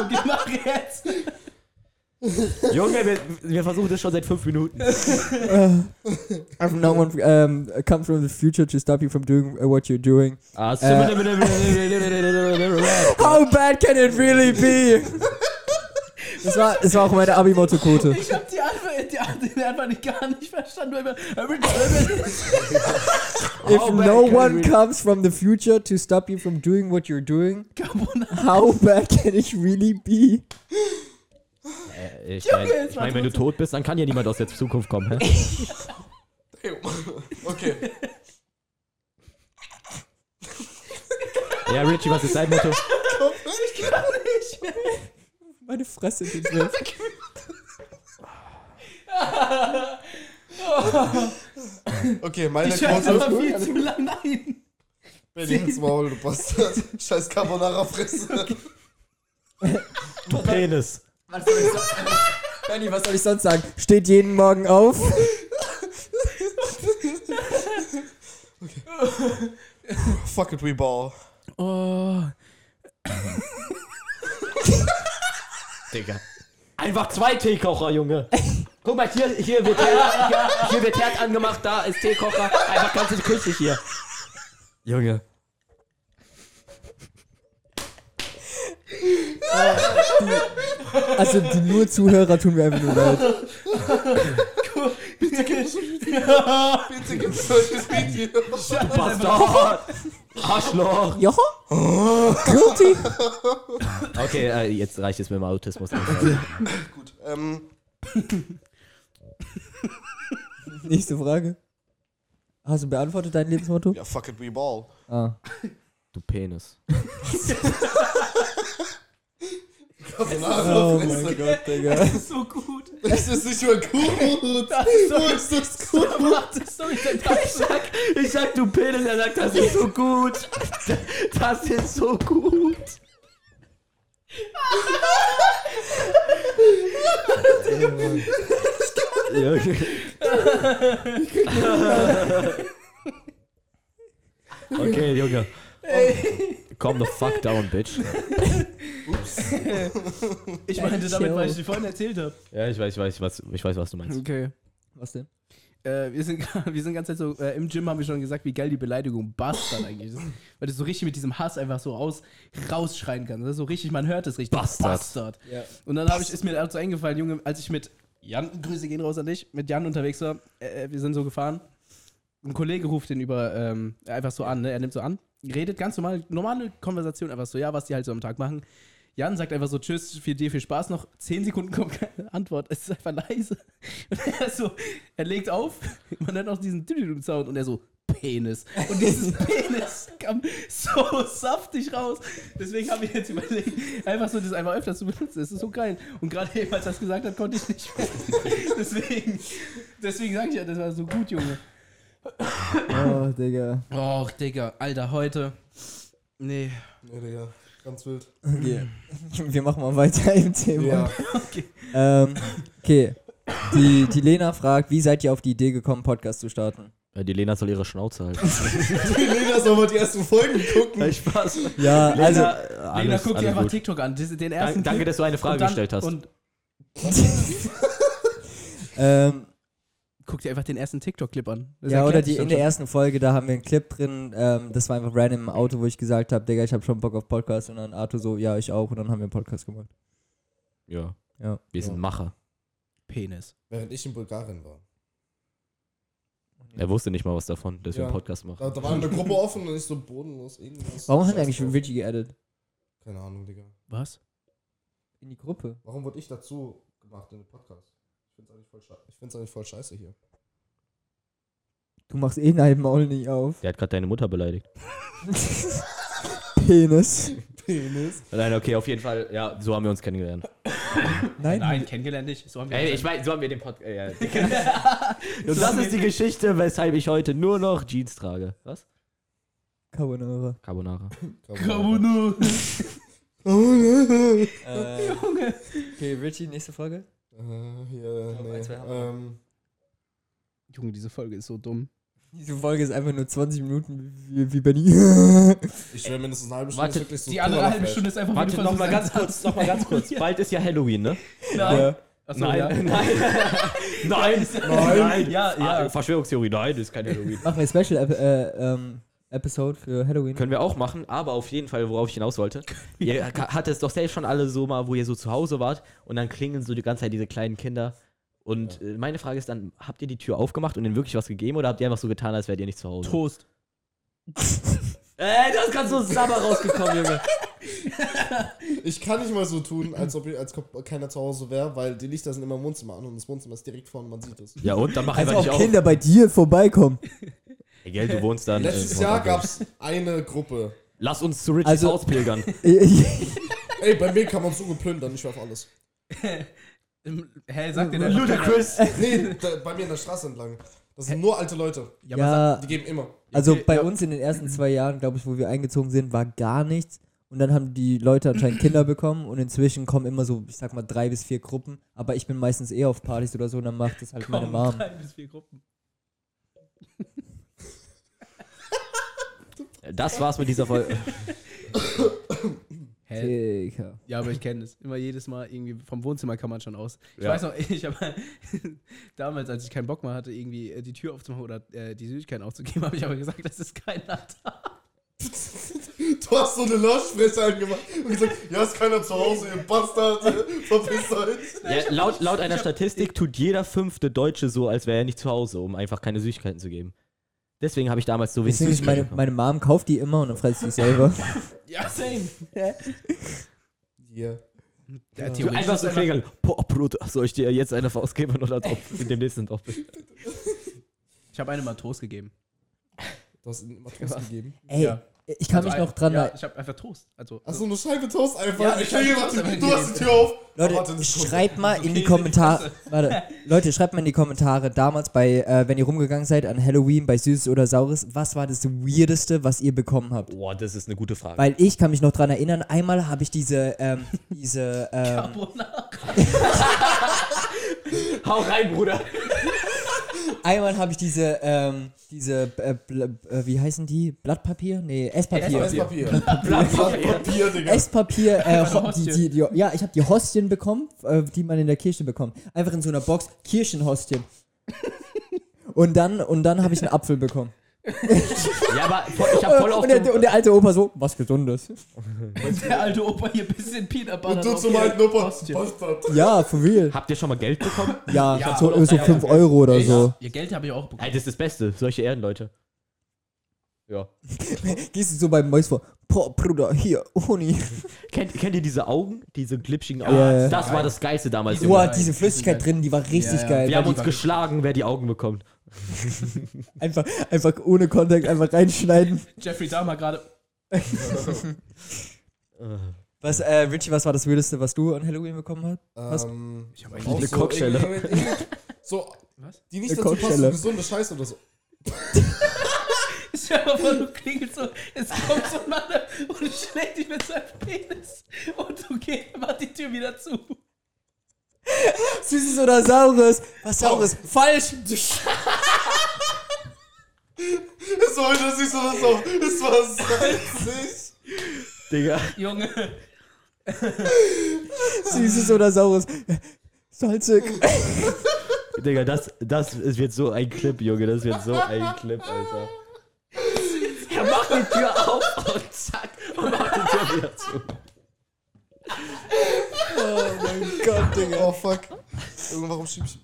Speaker 2: Okay, mach jetzt.
Speaker 4: Junge, wir, wir versuchen das schon seit fünf Minuten.
Speaker 3: If no one um, come from the future to stop you from doing uh, what you're doing.
Speaker 4: Ah, so- Äh.
Speaker 3: How bad can it really be? Das war, das war auch meine Abi-Motto-Quote.
Speaker 2: Ich hab die Antwort, die Antwort, die Antwort nicht gar nicht verstanden. Nur immer-
Speaker 3: If no one comes from the future to stop you from doing what you're doing,
Speaker 2: Carbonara.
Speaker 3: how bad can it really be?
Speaker 4: Äh, Ich
Speaker 2: Junge,
Speaker 4: meine,
Speaker 2: es
Speaker 4: ich
Speaker 2: war
Speaker 4: mein, wenn du
Speaker 2: trotzdem-
Speaker 4: tot bist, dann kann ja niemand aus der Zukunft kommen. Hä?
Speaker 1: Okay.
Speaker 4: Ja, Richie, was ist dein Motto?
Speaker 2: Ich kann nicht mehr.
Speaker 3: Meine Fresse, die Griff.
Speaker 1: Okay,
Speaker 2: Die
Speaker 1: meine
Speaker 2: scheiße
Speaker 1: Quote.
Speaker 2: aber viel zu lang. Nein.
Speaker 1: Benny ins Maul, du Bastard. Scheiß Carbonara-Fresse.
Speaker 4: Du Penis.
Speaker 3: Benni, was soll ich sonst sagen? Steht jeden Morgen auf.
Speaker 1: Fuck it, we ball.
Speaker 2: Oh.
Speaker 4: Digga. Einfach zwei Teekocher, Junge. Guck mal, hier, hier, wird Herd, hier, hier wird Herd angemacht, da ist Teekocher. Einfach ganz künstlich hier. Junge.
Speaker 3: Ah, Also die nur Zuhörer tun mir einfach nur leid.
Speaker 1: Bitte gib solches Video.
Speaker 4: Bastard. Arschloch.
Speaker 3: Joho? Guilty?
Speaker 4: Okay, äh, jetzt reicht es mit dem Autismus.
Speaker 1: Gut, ähm,
Speaker 3: Nächste Frage. Hast du beantwortet dein Lebensmotto?
Speaker 1: ja, fuck it, we ball.
Speaker 3: Ah.
Speaker 4: Du Penis.
Speaker 3: Oh
Speaker 1: Carbonara-Fresse.
Speaker 3: mein Gott, Digga.
Speaker 2: Das ist so gut.
Speaker 1: das ist nicht mal gut.
Speaker 2: Das ist
Speaker 1: Wo
Speaker 2: so
Speaker 1: ist das gut?
Speaker 2: Das ist so nicht dein Tag.
Speaker 4: Ich sag du Penis, er sagt, das ist so gut. Das ist so gut. Junge. Okay, Junge. Calm the fuck down, bitch.
Speaker 2: Ich meinte damit, weil ich dir vorhin erzählt habe.
Speaker 4: Ja, ich weiß, ich weiß, was, ich weiß, was du meinst.
Speaker 2: Okay.
Speaker 3: Was denn?
Speaker 2: Äh, wir sind gra- wir sind ganz Zeit so äh, im Gym haben wir schon gesagt, wie geil die Beleidigung Bastard eigentlich ist, weil du so richtig mit diesem Hass einfach so raus rausschreien kannst, Das ist so richtig, man hört es richtig.
Speaker 4: Bastard.
Speaker 2: Bastard. Und dann habe ich ist mir dazu eingefallen, Junge, als ich mit Jan Grüße gehen raus an dich, mit Jan unterwegs war, äh, wir sind so gefahren. Ein Kollege ruft den über ähm, einfach so an, ne? Er nimmt so an, redet ganz normal, normale Konversation einfach so, ja, was die halt so am Tag machen. Jan sagt einfach so, tschüss, viel dir viel Spaß noch. Zehn Sekunden kommt keine Antwort. Es ist einfach leise. Und er so, er legt auf, man hört auch diesen Düdelum-Sound und er so, Penis. Und dieses Penis kam so saftig raus. Deswegen habe ich jetzt überlegt, einfach so das einfach öfter zu benutzen. Das ist so geil. Und gerade eben, als er das gesagt hat, konnte ich nicht mehr. Deswegen, deswegen sage ich ja, das war so gut, Junge.
Speaker 3: Oh, Digga.
Speaker 2: Och, Digga, Alter, heute. Nee.
Speaker 1: Nee, Digga, ganz wild.
Speaker 3: Okay. Wir machen mal weiter im Thema.
Speaker 1: Ja.
Speaker 3: Ähm, okay. Die, die Lena fragt, wie seid ihr auf die Idee gekommen, Podcast zu starten?
Speaker 4: Äh, Die Lena soll ihre Schnauze halten.
Speaker 1: Die Lena soll mal die ersten Folgen gucken.
Speaker 4: Spaß.
Speaker 3: Ja, also,
Speaker 4: Lena,
Speaker 2: Lena,
Speaker 4: alles,
Speaker 2: guck dir
Speaker 4: alles
Speaker 2: einfach
Speaker 4: gut.
Speaker 2: TikTok an. Das- Den ersten
Speaker 4: Danke, danke,
Speaker 2: Clip
Speaker 4: dass du eine Frage
Speaker 2: und dann-
Speaker 4: gestellt hast.
Speaker 2: Und
Speaker 3: also, ähm,
Speaker 2: Guck dir einfach den ersten TikTok-Clip an. Das
Speaker 3: Ja,
Speaker 2: erklärt
Speaker 3: oder
Speaker 2: sich
Speaker 3: die,
Speaker 2: dann
Speaker 3: in der
Speaker 2: schon.
Speaker 3: ersten Folge, da haben wir einen Clip drin, ähm, das war einfach random im Auto, wo ich gesagt habe, Digga, ich habe schon Bock auf Podcast und dann Arthur so, ja, ich auch und dann haben wir einen Podcast gemacht.
Speaker 4: Ja.
Speaker 3: Ja.
Speaker 4: Wir sind
Speaker 1: Ja.
Speaker 4: Macher.
Speaker 2: Penis.
Speaker 1: Während ich in Bulgarien war.
Speaker 4: Er wusste nicht mal was davon, dass wir
Speaker 1: Ja.
Speaker 4: einen Podcast machen.
Speaker 1: Da, da war eine Gruppe offen und ich so bodenlos irgendwas.
Speaker 3: Warum haben wir eigentlich
Speaker 1: Scheiß drauf.
Speaker 3: Richie geaddet?
Speaker 1: Keine Ahnung, Digga.
Speaker 2: Was?
Speaker 3: In die Gruppe.
Speaker 1: Warum wurde ich dazu gemacht in den Podcast? Ich find's eigentlich voll, schei ich find's eigentlich voll scheiße hier.
Speaker 3: Du machst eh dein Maul nicht auf.
Speaker 4: Der hat gerade deine Mutter beleidigt.
Speaker 3: Penis.
Speaker 1: Penis.
Speaker 4: Nein, okay, auf jeden Fall. Ja, so haben wir uns kennengelernt.
Speaker 3: Nein.
Speaker 2: Nein, kennengelernt nicht. So haben wir
Speaker 4: Ey, ich meine, so haben wir den Podcast. Äh, ja. Und das ist die Geschichte, weshalb ich heute nur noch Jeans trage. Was?
Speaker 3: Carbonara.
Speaker 4: Carbonara.
Speaker 2: Kabuno.
Speaker 1: Äh,
Speaker 2: Junge.
Speaker 3: okay, Richie, nächste Frage.
Speaker 1: ja,
Speaker 3: glaub,
Speaker 1: Äh, nee.
Speaker 3: ein, zwei haben wir.
Speaker 1: ähm,
Speaker 2: Junge, diese Folge ist so dumm.
Speaker 3: Diese Folge ist einfach nur 20 Minuten wie, wie Benny.
Speaker 1: ich wäre mindestens eine halbe Stunde
Speaker 4: Warte,
Speaker 1: wirklich so
Speaker 2: Die andere
Speaker 1: purer
Speaker 2: halbe
Speaker 1: Lackfleisch.
Speaker 2: Stunde ist einfach
Speaker 4: Warte, nochmal ganz kurz, nochmal ganz kurz. Bald ist ja Halloween, ne?
Speaker 2: Nein.
Speaker 4: nein, nein, nein,
Speaker 1: Nein.
Speaker 4: ja,
Speaker 2: ja.
Speaker 4: ja. Verschwörungstheorie, nein, das ist kein Halloween.
Speaker 3: Machen wir Special Ep äh, ähm, Episode für Halloween.
Speaker 4: Mhm. Können wir auch machen, aber auf jeden Fall, worauf ich hinaus wollte. Ihr ka- hattet es doch selbst schon alle so mal, wo ihr so zu Hause wart und dann klingen so die ganze Zeit diese kleinen Kinder. Und äh, meine Frage ist dann, habt ihr die Tür aufgemacht und ihnen wirklich was gegeben oder habt ihr einfach so getan, als wärt ihr nicht zu Hause?
Speaker 2: Toast.
Speaker 4: Ey, da ist gerade so ein Sabber rausgekommen, Junge.
Speaker 1: Ich kann nicht mal so tun, als ob als ob keiner zu Hause wäre, weil die Lichter sind immer im Wohnzimmer an und das Wohnzimmer ist direkt vorne, man sieht es.
Speaker 4: Ja, und dann mach
Speaker 3: Also
Speaker 4: einfach nicht
Speaker 3: auch
Speaker 4: auf.
Speaker 3: Kinder bei dir vorbeikommen.
Speaker 4: Ey, Gell, du wohnst dann.
Speaker 1: Letztes
Speaker 4: äh,
Speaker 1: Jahr gab's eine Gruppe.
Speaker 4: Lass uns zu Richies
Speaker 3: Also-
Speaker 4: Haus pilgern.
Speaker 1: Ey, bei mir kann man so gut plündern, ich war auf alles.
Speaker 2: Im- Hä, sagt dir der
Speaker 4: Ludacris.
Speaker 1: Nee, da, bei mir in der Straße entlang. Das sind nur alte Leute.
Speaker 2: Ja, aber sag-
Speaker 3: ja,
Speaker 1: Die geben immer.
Speaker 3: also
Speaker 2: Okay,
Speaker 3: bei
Speaker 2: ja.
Speaker 3: uns in den ersten zwei Jahren, glaube ich, wo wir eingezogen sind, war gar nichts. Und dann haben die Leute anscheinend Kinder bekommen und inzwischen kommen immer so, ich sag mal, drei bis vier Gruppen. Aber ich bin meistens eh auf Partys oder so und dann macht das halt meine
Speaker 2: Komm,
Speaker 3: Mom.
Speaker 2: drei bis vier Gruppen.
Speaker 4: Das war's mit dieser Folge.
Speaker 2: Hä?
Speaker 3: Digga.
Speaker 2: Ja, aber ich kenne es. Immer jedes Mal irgendwie vom Wohnzimmer kann man schon aus. Ich
Speaker 4: Ja.
Speaker 2: weiß noch, ich habe damals, als ich keinen Bock mehr hatte, irgendwie äh, die Tür aufzumachen oder äh, die Süßigkeiten aufzugeben, habe ich aber gesagt, das ist kein Natter.
Speaker 1: Du hast so eine Lautsprecher angemacht und gesagt, ja, ist keiner zu Hause, ihr Bastard, verpisst euch.
Speaker 4: Ja, laut, laut einer Statistik tut jeder fünfte Deutsche so, als wäre er nicht zu Hause, um einfach keine Süßigkeiten zu geben. Deswegen habe ich damals so wenig
Speaker 3: Deswegen ist meine,
Speaker 4: Süßigkeiten bekommen.
Speaker 3: meine Mom kauft die immer und dann frisst sie selber.
Speaker 2: Ja, same.
Speaker 1: Ja.
Speaker 2: Ja,
Speaker 4: Du
Speaker 2: theoretisch
Speaker 4: einfach
Speaker 2: ist
Speaker 4: so
Speaker 2: einfach,
Speaker 4: klingeln. Boah, Bruder, soll ich dir jetzt eine Faust geben oder drauf, in dem nächsten drauf bist?
Speaker 2: ich habe einem mal Toast gegeben.
Speaker 1: Du hast ihnen immer Toast gegeben.
Speaker 3: Ey,
Speaker 2: Ja.
Speaker 3: ich kann mich
Speaker 2: Also
Speaker 3: noch
Speaker 2: ein-
Speaker 3: dran
Speaker 2: ja,
Speaker 3: erinnern.
Speaker 2: Ich habe einfach Toast. Also,
Speaker 1: Achso, eine Scheibe Toast einfach.
Speaker 2: Ja,
Speaker 1: ich
Speaker 2: eine
Speaker 1: will
Speaker 2: Scheibe Toast
Speaker 1: jemanden, du
Speaker 2: einfach
Speaker 1: hast die Tür auf.
Speaker 3: Leute,
Speaker 1: Warte, das ist
Speaker 3: schreibt mal in
Speaker 2: okay,
Speaker 3: die
Speaker 2: die
Speaker 3: Kommentare. Warte, Leute, schreibt mal in die Kommentare damals bei, äh, wenn ihr rumgegangen seid an Halloween bei Süßes oder Saures, was war das Weirdeste, was ihr bekommen habt?
Speaker 4: Boah, das ist eine gute Frage.
Speaker 3: Weil ich kann mich noch dran erinnern, einmal habe ich diese, ähm, diese, ähm,
Speaker 4: Hau rein, Bruder.
Speaker 3: einmal habe ich diese, ähm, diese, äh, bl- äh, wie heißen die? Blattpapier? Nee, Esspapier.
Speaker 1: Toast.
Speaker 3: Esspapier,
Speaker 1: Papier. Papier, Digga.
Speaker 3: Esspapier äh,
Speaker 2: eine
Speaker 3: Ho- die,
Speaker 2: Hostie.
Speaker 3: die, die, ja, ich habe die Hostien bekommen, äh, die man in der Kirche bekommt. Einfach in so einer Box, Kirchenhostien. und dann, und dann habe ich einen Apfel bekommen.
Speaker 4: Ja, aber voll, ich habe voll auf.
Speaker 3: Äh, und, der, und der alte Opa so, was Gesundes.
Speaker 2: der alte Opa hier ein bisschen Peanut Butter.
Speaker 1: Und du
Speaker 2: drauf,
Speaker 1: zum
Speaker 2: hier.
Speaker 1: alten Opa,
Speaker 2: Hostie.
Speaker 1: Bastard.
Speaker 3: Ja, for real.
Speaker 4: Habt ihr schon mal Geld bekommen?
Speaker 3: Ja,
Speaker 2: Ja,
Speaker 3: so,
Speaker 2: oder-
Speaker 3: so
Speaker 2: ja,
Speaker 3: 5
Speaker 2: ja.
Speaker 3: Euro oder
Speaker 2: Echt?
Speaker 3: so.
Speaker 2: Ihr Geld habe ich auch bekommen.
Speaker 4: Ey, das ist das Beste, solche Ehrenleute. Ja.
Speaker 3: Gehst du so beim Mois vor, boah, Bruder, hier, Honig.
Speaker 4: Kennt, kennt ihr diese Augen? Diese glitschigen Augen?
Speaker 3: ja.
Speaker 4: Das war das Geilste damals.
Speaker 2: Diese-
Speaker 4: Junge.
Speaker 3: Boah, diese Flüssigkeit drin, die war
Speaker 2: Ja,
Speaker 3: richtig
Speaker 2: ja.
Speaker 3: geil.
Speaker 4: Wir haben
Speaker 2: die
Speaker 4: uns
Speaker 2: war-
Speaker 4: geschlagen, wer die Augen bekommt.
Speaker 3: Einfach, einfach ohne Kontakt, einfach reinschneiden.
Speaker 2: Jeffrey Dahmer gerade.
Speaker 3: Was, äh, Richie, was war das Wildeste, was du an Halloween bekommen hast? Was?
Speaker 1: Ähm,
Speaker 2: Ich habe eigentlich
Speaker 1: auch
Speaker 4: Eine
Speaker 1: so
Speaker 4: Cockschelle.
Speaker 1: irgendwie- irgendwie- So,
Speaker 2: Was?
Speaker 1: die nicht
Speaker 3: Eine
Speaker 1: dazu passt,
Speaker 3: Cockschelle.
Speaker 1: so gesunde Scheiße oder so.
Speaker 2: Stell dir mal vor, du klingelst so, es kommt so ein Mann und schlägt dich mit seinem Penis und du gehst, mach die Tür wieder zu.
Speaker 3: Süßes oder Saures? Was Saures? Falsch!
Speaker 1: So, das ist so, das so. Das war salzig.
Speaker 4: Digga.
Speaker 2: Junge,
Speaker 3: Uh. Süßes oder Saures? Salzig.
Speaker 4: Digga, das, das ist- wird so ein Clip, Junge. Das wird so ein Clip, Alter. Er macht die Tür auf und zack. Und macht die Tür wieder zu.
Speaker 1: Gott, Digga. Oh, fuck. Junge, warum schiebst du?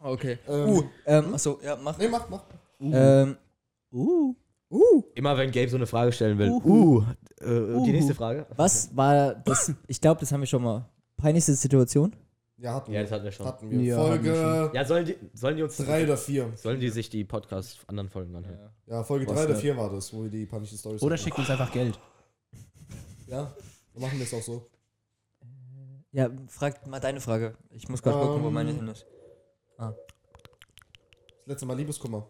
Speaker 3: Okay.
Speaker 1: Ähm,
Speaker 3: Uh, ähm, achso, ja, mach.
Speaker 1: Nee, mach, mach.
Speaker 3: Ähm,
Speaker 2: Uh.
Speaker 3: uh,
Speaker 4: Immer wenn Gabe so eine Frage stellen will.
Speaker 2: Uhu.
Speaker 4: Uh, äh, die nächste Frage.
Speaker 3: was war das? Ich glaube, das haben wir schon mal. Peinlichste Situation?
Speaker 1: Ja, hatten
Speaker 4: Ja,
Speaker 1: wir.
Speaker 4: das hatten wir schon.
Speaker 1: hatten wir.
Speaker 2: Ja,
Speaker 1: Folge
Speaker 4: Ja, sollen die, sollen die uns.
Speaker 1: drei oder vier.
Speaker 4: Sollen die sich die Podcast anderen Folgen anhören?
Speaker 1: Ja, Folge
Speaker 4: Was
Speaker 1: drei oder
Speaker 4: denn?
Speaker 1: vier war das, wo wir die panische Stories
Speaker 2: Oder
Speaker 1: hatten.
Speaker 2: schickt uns einfach Geld.
Speaker 1: Ja, dann machen wir es auch so.
Speaker 3: Ja, frag mal deine Frage. Ich muss grad gucken, wo
Speaker 1: Ähm.
Speaker 3: meine hin ist.
Speaker 1: Das letzte Mal Liebeskummer.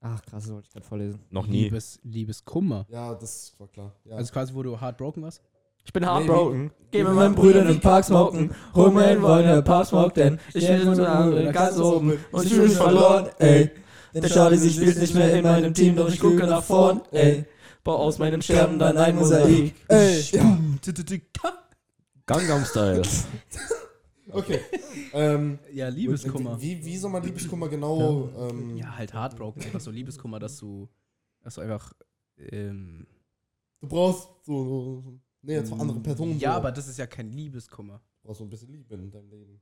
Speaker 3: Ach, krass, das wollte ich gerade vorlesen.
Speaker 4: Noch
Speaker 2: Liebes, liebes Kummer.
Speaker 1: Ja, das war klar. Ja.
Speaker 2: Also quasi, wo du heartbroken warst.
Speaker 4: Ich bin
Speaker 1: heartbroken.
Speaker 4: Geh
Speaker 1: mit meinen
Speaker 3: Brüdern in den Park smoken. Hol mir einen Wolle, Park smoke, denn ich will nur
Speaker 4: anderen
Speaker 3: ganz
Speaker 4: oben.
Speaker 3: Und ich fühle mich verloren, ey. Denn schade, sie spielt nicht mehr in meinem Team, doch ich gucke nach vorn, ey.
Speaker 4: Bau aus meinem
Speaker 3: Sterben dann ein Mosaik, ey.
Speaker 4: Gangnam Style.
Speaker 1: Okay. ähm,
Speaker 2: Ja, Liebeskummer.
Speaker 1: Wie, wie soll man Liebeskummer genau. Ähm,
Speaker 2: Ja, halt heartbroken. Einfach so Liebeskummer, dass du, dass du einfach. Ähm,
Speaker 1: Du brauchst so. so- Nee, jetzt von anderen Personen.
Speaker 2: Mm, ja,
Speaker 1: so.
Speaker 2: aber das ist ja kein Liebeskummer.
Speaker 1: Du brauchst so ein bisschen Liebe in deinem Leben.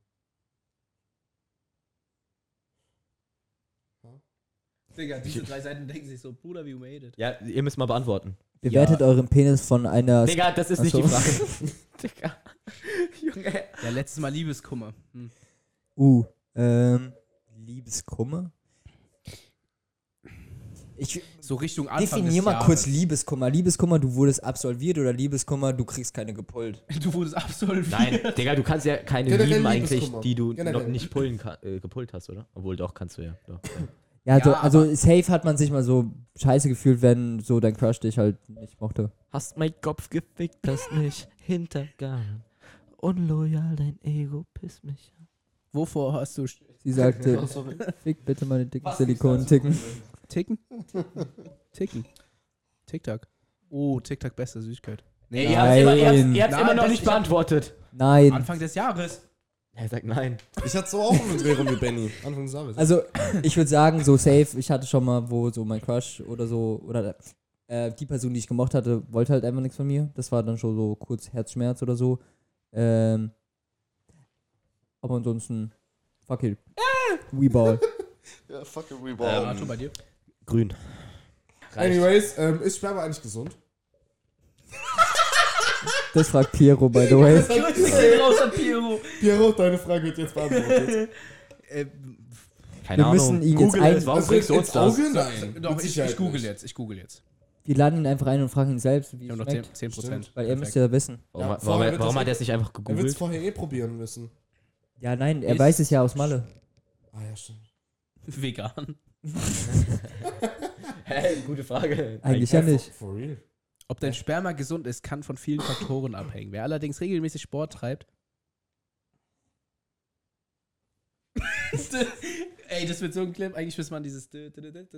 Speaker 2: Digga, diese drei Seiten denken sich so, Bruder, wie made it.
Speaker 4: Ja, ihr müsst mal beantworten.
Speaker 3: Bewertet euren Penis von einer.
Speaker 4: Digga, das ist
Speaker 3: Ach
Speaker 4: nicht
Speaker 3: so.
Speaker 4: die Frage. Digga. Junge.
Speaker 2: Ja, letztes Mal Liebeskummer. Hm.
Speaker 3: Uh, ähm, Liebeskummer? Ich
Speaker 2: So Richtung Anfang
Speaker 3: definier
Speaker 2: des
Speaker 3: mal kurz
Speaker 2: Jahres.
Speaker 3: Liebeskummer. Liebeskummer, du wurdest absolviert oder Liebeskummer, du kriegst keine gepullt.
Speaker 2: Du wurdest absolviert.
Speaker 4: Nein, Digga, du kannst ja keine
Speaker 1: Generell
Speaker 4: Riemen eigentlich,
Speaker 1: Liebeskummer.
Speaker 4: die du
Speaker 1: Generell.
Speaker 4: noch nicht pullen ka- äh, gepullt hast, oder? Obwohl doch, kannst du ja. Doch.
Speaker 3: Ja, also,
Speaker 2: Ja,
Speaker 3: also safe hat man sich mal so scheiße gefühlt, wenn so dein Crush dich halt nicht mochte.
Speaker 4: Hast mein Kopf gefickt, das nicht hintergangen. Unloyal, dein Ego pisst mich.
Speaker 2: Wovor hast du Sch-
Speaker 3: Sie sagte, fick bitte meine dicken Silikonticken.
Speaker 2: Ticken? Ticken. Tic-Tac. Oh, Tic-Tac, beste Süßigkeit.
Speaker 4: Nee,
Speaker 3: ihr habt's immer- ihr habt's- ihr
Speaker 2: habt's immer noch nicht
Speaker 4: beantwortet.
Speaker 3: Nein.
Speaker 2: Anfang des Jahres.
Speaker 4: Er sagt nein.
Speaker 1: Ich hatte so auch eine Drehung wie Benny. Anfang des Jahres.
Speaker 3: Also ich würde sagen, so safe, ich hatte schon mal, wo so mein Crush oder so, oder äh, die Person, die ich gemocht hatte, wollte halt einfach nichts von mir. Das war dann schon so kurz Herzschmerz oder so. Ähm, aber ansonsten, fuck it.
Speaker 2: Äh!
Speaker 3: Weeball.
Speaker 1: ja, fucking
Speaker 2: Ähm, Arthur, bei dir?
Speaker 4: Grün.
Speaker 1: Anyways, ähm, ist Sperma eigentlich gesund?
Speaker 3: Das fragt Piero, by the way.
Speaker 4: Ähm,
Speaker 2: Grüße gehen raus an Piero.
Speaker 1: Piero, deine Frage wird jetzt beantwortet.
Speaker 4: Keine
Speaker 3: Wir müssen
Speaker 4: Ahnung.
Speaker 3: ihn jetzt
Speaker 4: äh, Google
Speaker 3: ein-
Speaker 4: es, warum
Speaker 1: Also,
Speaker 4: bringst du
Speaker 1: ins
Speaker 4: uns das?
Speaker 1: Auge? Nein.
Speaker 2: Doch,
Speaker 1: mit
Speaker 2: ich,
Speaker 1: Sicherheit
Speaker 2: ich google
Speaker 1: nicht.
Speaker 2: jetzt, ich google jetzt.
Speaker 3: Wir laden ihn einfach ein und fragen ihn selbst, wie
Speaker 2: Ich
Speaker 3: es
Speaker 2: habe noch
Speaker 3: schmeckt.
Speaker 2: 10%. 10%.
Speaker 1: Stimmt.
Speaker 3: Weil er müsste
Speaker 2: Perfekt.
Speaker 3: ja wissen.
Speaker 4: Warum,
Speaker 1: Ja,
Speaker 4: warum,
Speaker 1: vorher
Speaker 4: warum,
Speaker 1: wird das
Speaker 4: hat er es nicht einfach
Speaker 1: Er wird es
Speaker 4: gegoogelt?
Speaker 1: vorher eh probieren müssen.
Speaker 3: Ja, nein, er
Speaker 2: Ist-
Speaker 3: weiß es ja aus Malle.
Speaker 1: Ah ja, stimmt.
Speaker 2: Vegan.
Speaker 4: Hä? Gute Frage.
Speaker 3: Eigentlich ja
Speaker 1: for-
Speaker 3: nicht.
Speaker 1: For real.
Speaker 2: Ob dein Sperma gesund ist, kann von vielen Faktoren abhängen. Wer allerdings regelmäßig Sport treibt. Ey, das wird so ein Clip. Eigentlich müsste man dieses.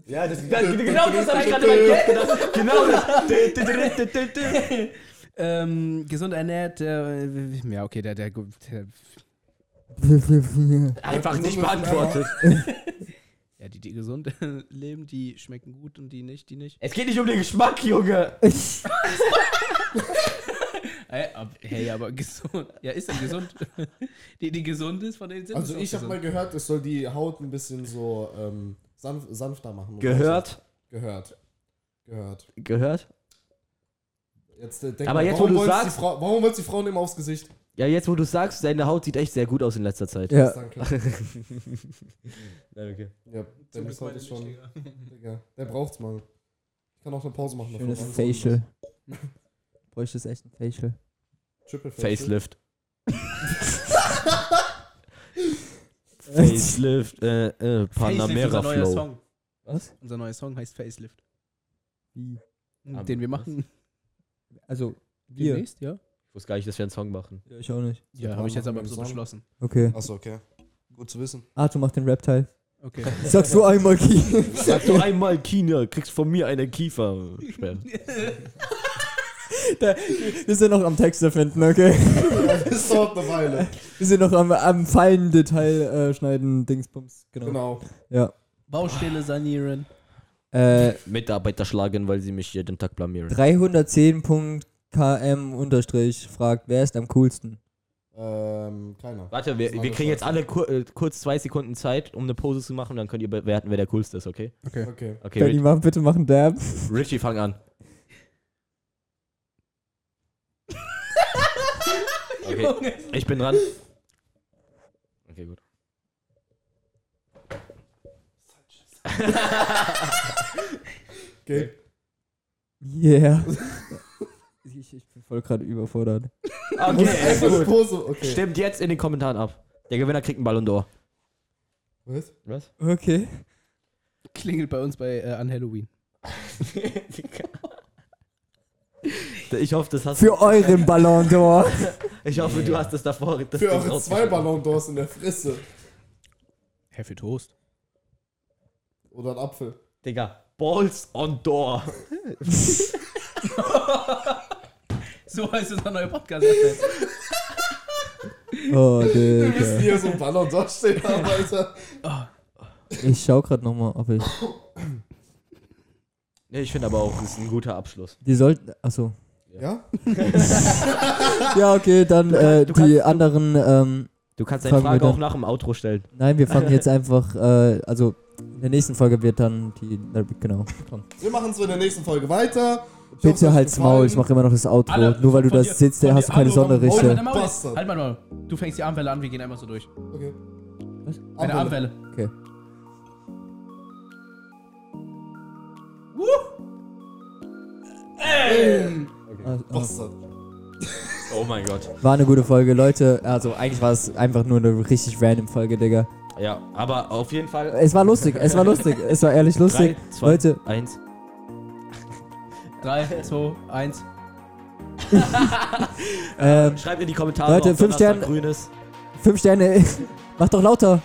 Speaker 1: Ja, das,
Speaker 4: genau das habe ich gerade bei Geld gedacht. Genau das.
Speaker 2: ähm, gesund ernährt. Äh, ja, okay, der, der, der
Speaker 4: Einfach nicht beantwortet.
Speaker 2: Ja, die, die gesund leben, die schmecken gut und die nicht, die nicht.
Speaker 4: Es geht nicht um den Geschmack, Junge.
Speaker 2: Hey, ab, Äh, hey aber gesund. Ja, ist denn gesund? Die, die gesund ist, von denen sind
Speaker 1: Also
Speaker 2: es auch
Speaker 1: ich habe mal
Speaker 2: gesund.
Speaker 1: gehört, es soll die Haut ein bisschen so ähm, sanf, sanfter machen.
Speaker 4: Gehört,
Speaker 1: Gehört. Gehört.
Speaker 4: gehört.
Speaker 1: Jetzt, äh, denk
Speaker 4: Aber
Speaker 1: mal,
Speaker 4: jetzt, wo
Speaker 1: warum
Speaker 4: du
Speaker 1: wollen's die
Speaker 4: sagst-
Speaker 1: Frau, warum wollen die Frauen immer aufs Gesicht?
Speaker 4: Ja, jetzt wo du sagst, deine Haut sieht echt sehr gut aus in letzter Zeit.
Speaker 3: ja,
Speaker 1: Ist dann klar.
Speaker 4: Nein, okay.
Speaker 1: Ja, der
Speaker 2: Zum
Speaker 1: muss
Speaker 2: Glück
Speaker 1: heute
Speaker 2: meine
Speaker 1: schon.
Speaker 2: nicht,
Speaker 1: Digga, der braucht's mal. Ich kann auch eine Pause machen.
Speaker 3: schönes
Speaker 1: davon.
Speaker 3: Facial. Bräuchte es echt ein Facial.
Speaker 1: Triple Facial.
Speaker 4: Facelift. Facelift, äh, äh,
Speaker 2: Facelift,
Speaker 4: Panamera
Speaker 2: unser neuer
Speaker 4: Flow.
Speaker 2: Song.
Speaker 3: Was?
Speaker 2: Unser neuer Song heißt Facelift.
Speaker 3: Wie?
Speaker 4: Aber
Speaker 2: Hm, den wir
Speaker 4: was?
Speaker 2: machen.
Speaker 3: Also, wir.
Speaker 2: Demnächst, ja?
Speaker 4: Ich wusste gar nicht, dass wir einen Song machen.
Speaker 3: Ja, ich auch nicht.
Speaker 2: Ja,
Speaker 1: Ja,
Speaker 2: habe ich jetzt
Speaker 1: machen
Speaker 2: aber
Speaker 1: wir
Speaker 2: so
Speaker 1: zusammen.
Speaker 2: beschlossen.
Speaker 3: Okay.
Speaker 1: Achso, okay. Gut zu wissen.
Speaker 3: Arthur macht den Rap-Teil.
Speaker 2: Okay.
Speaker 3: Sagst du einmal Key?
Speaker 4: Sag doch einmal China, kriegst von mir eine Kiefer.
Speaker 3: Da, wir sind noch am Text erfinden, okay?
Speaker 1: Das dauert eine Weile.
Speaker 3: Wir sind noch am, am feinen Detail äh, schneiden, Dingsbums. Genau.
Speaker 1: Genau.
Speaker 3: Ja.
Speaker 2: Baustelle sanieren.
Speaker 3: Äh,
Speaker 4: Mitarbeiter schlagen, weil sie mich jeden Tag blamieren.
Speaker 3: 310.km unterstrich fragt, wer ist am coolsten?
Speaker 1: Ähm, keiner.
Speaker 4: Warte, wir, wir kriegen jetzt alle kur äh, kurz zwei Sekunden Zeit, um eine Pose zu machen, dann könnt ihr bewerten, wer der coolste ist, okay?
Speaker 1: Okay.
Speaker 4: Okay,
Speaker 3: Kann Benny,
Speaker 4: Rich,
Speaker 3: mach, bitte machen Dab.
Speaker 4: Richie, fang an. Okay, ich bin dran. Okay, gut.
Speaker 1: Okay.
Speaker 3: Yeah. ich, ich bin voll gerade überfordert.
Speaker 4: Okay,
Speaker 1: Okay. Pose. Okay.
Speaker 4: Stimmt jetzt in den Kommentaren ab. Der Gewinner kriegt einen Ballon d'Or.
Speaker 1: Was?
Speaker 4: Was?
Speaker 3: Okay.
Speaker 2: Klingelt bei uns bei äh, an Halloween.
Speaker 4: ich hoffe, das hast
Speaker 3: Für euren Ballon d'Or.
Speaker 4: Ich hoffe, du hast das davor. Das
Speaker 1: Für
Speaker 4: Ding
Speaker 1: eure zwei
Speaker 4: rausgeschnitten.
Speaker 1: Ballon d'Ors in der Fresse.
Speaker 2: Herr für Toast.
Speaker 1: Oder ein Apfel.
Speaker 4: Digga, Balls on Door.
Speaker 2: So heißt unser neuer Podcast. äh, Alter.
Speaker 3: Oh,
Speaker 1: Wir wissen
Speaker 3: Digga.
Speaker 1: hier so ein Ballon d'Or stehen haben, Alter.
Speaker 3: Ich schau grad nochmal, ob ich.
Speaker 4: Nee, ich finde aber auch, das ist ein guter Abschluss.
Speaker 3: Die sollten. Achso.
Speaker 1: Ja?
Speaker 3: Ja, okay, dann äh,
Speaker 4: du kannst-
Speaker 3: die anderen. Ähm,
Speaker 4: Du kannst deine
Speaker 3: Fangen wir
Speaker 4: Frage
Speaker 3: dann-
Speaker 4: auch nach dem Outro stellen.
Speaker 3: nein, wir fangen jetzt einfach. Äh, also, in der nächsten Folge wird dann die. na, Genau. Komm.
Speaker 1: Wir machen es in der nächsten Folge weiter. Ich hoffe, es
Speaker 3: Bitte
Speaker 1: hat
Speaker 3: halt's
Speaker 1: gefallen.
Speaker 3: Maul, ich mache immer noch das Outro.
Speaker 2: Alle,
Speaker 3: Nur weil du
Speaker 2: von
Speaker 3: da
Speaker 2: dir-
Speaker 3: sitzt,
Speaker 1: von
Speaker 3: hast du
Speaker 1: dir
Speaker 3: keine
Speaker 1: alle haben
Speaker 2: Halt mal,
Speaker 3: Sonderrechte.
Speaker 1: Maul.
Speaker 2: dein Maul.
Speaker 1: Bastard.
Speaker 2: halt mal, dein Maul. Du fängst die Armwelle an, wir gehen einmal so durch.
Speaker 1: Okay.
Speaker 3: Was?
Speaker 2: Eine Armwelle.
Speaker 3: Okay. Ah, ah.
Speaker 1: Bastard.
Speaker 4: Oh mein Gott.
Speaker 3: War eine gute Folge, Leute. Also, eigentlich war es einfach nur eine richtig random Folge, Digga.
Speaker 4: Ja, aber auf jeden Fall.
Speaker 3: Es war lustig, es war lustig, es war ehrlich lustig.
Speaker 4: Drei, zwei,
Speaker 3: Äh, Leute,
Speaker 4: eins.
Speaker 2: 3, 2, 1.
Speaker 3: ähm,
Speaker 4: Schreibt in die Kommentare,
Speaker 3: Leute,
Speaker 4: ob
Speaker 3: fünf
Speaker 4: Donnerstag
Speaker 3: Sterne.
Speaker 4: grün ist.
Speaker 3: fünf Sterne, mach doch lauter.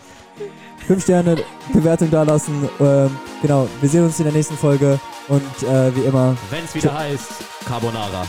Speaker 3: Fünf Sterne Bewertung dalassen. Ähm, genau, wir sehen uns in der nächsten Folge und äh, wie immer.
Speaker 4: Wenn es wieder heißt, Carbonara.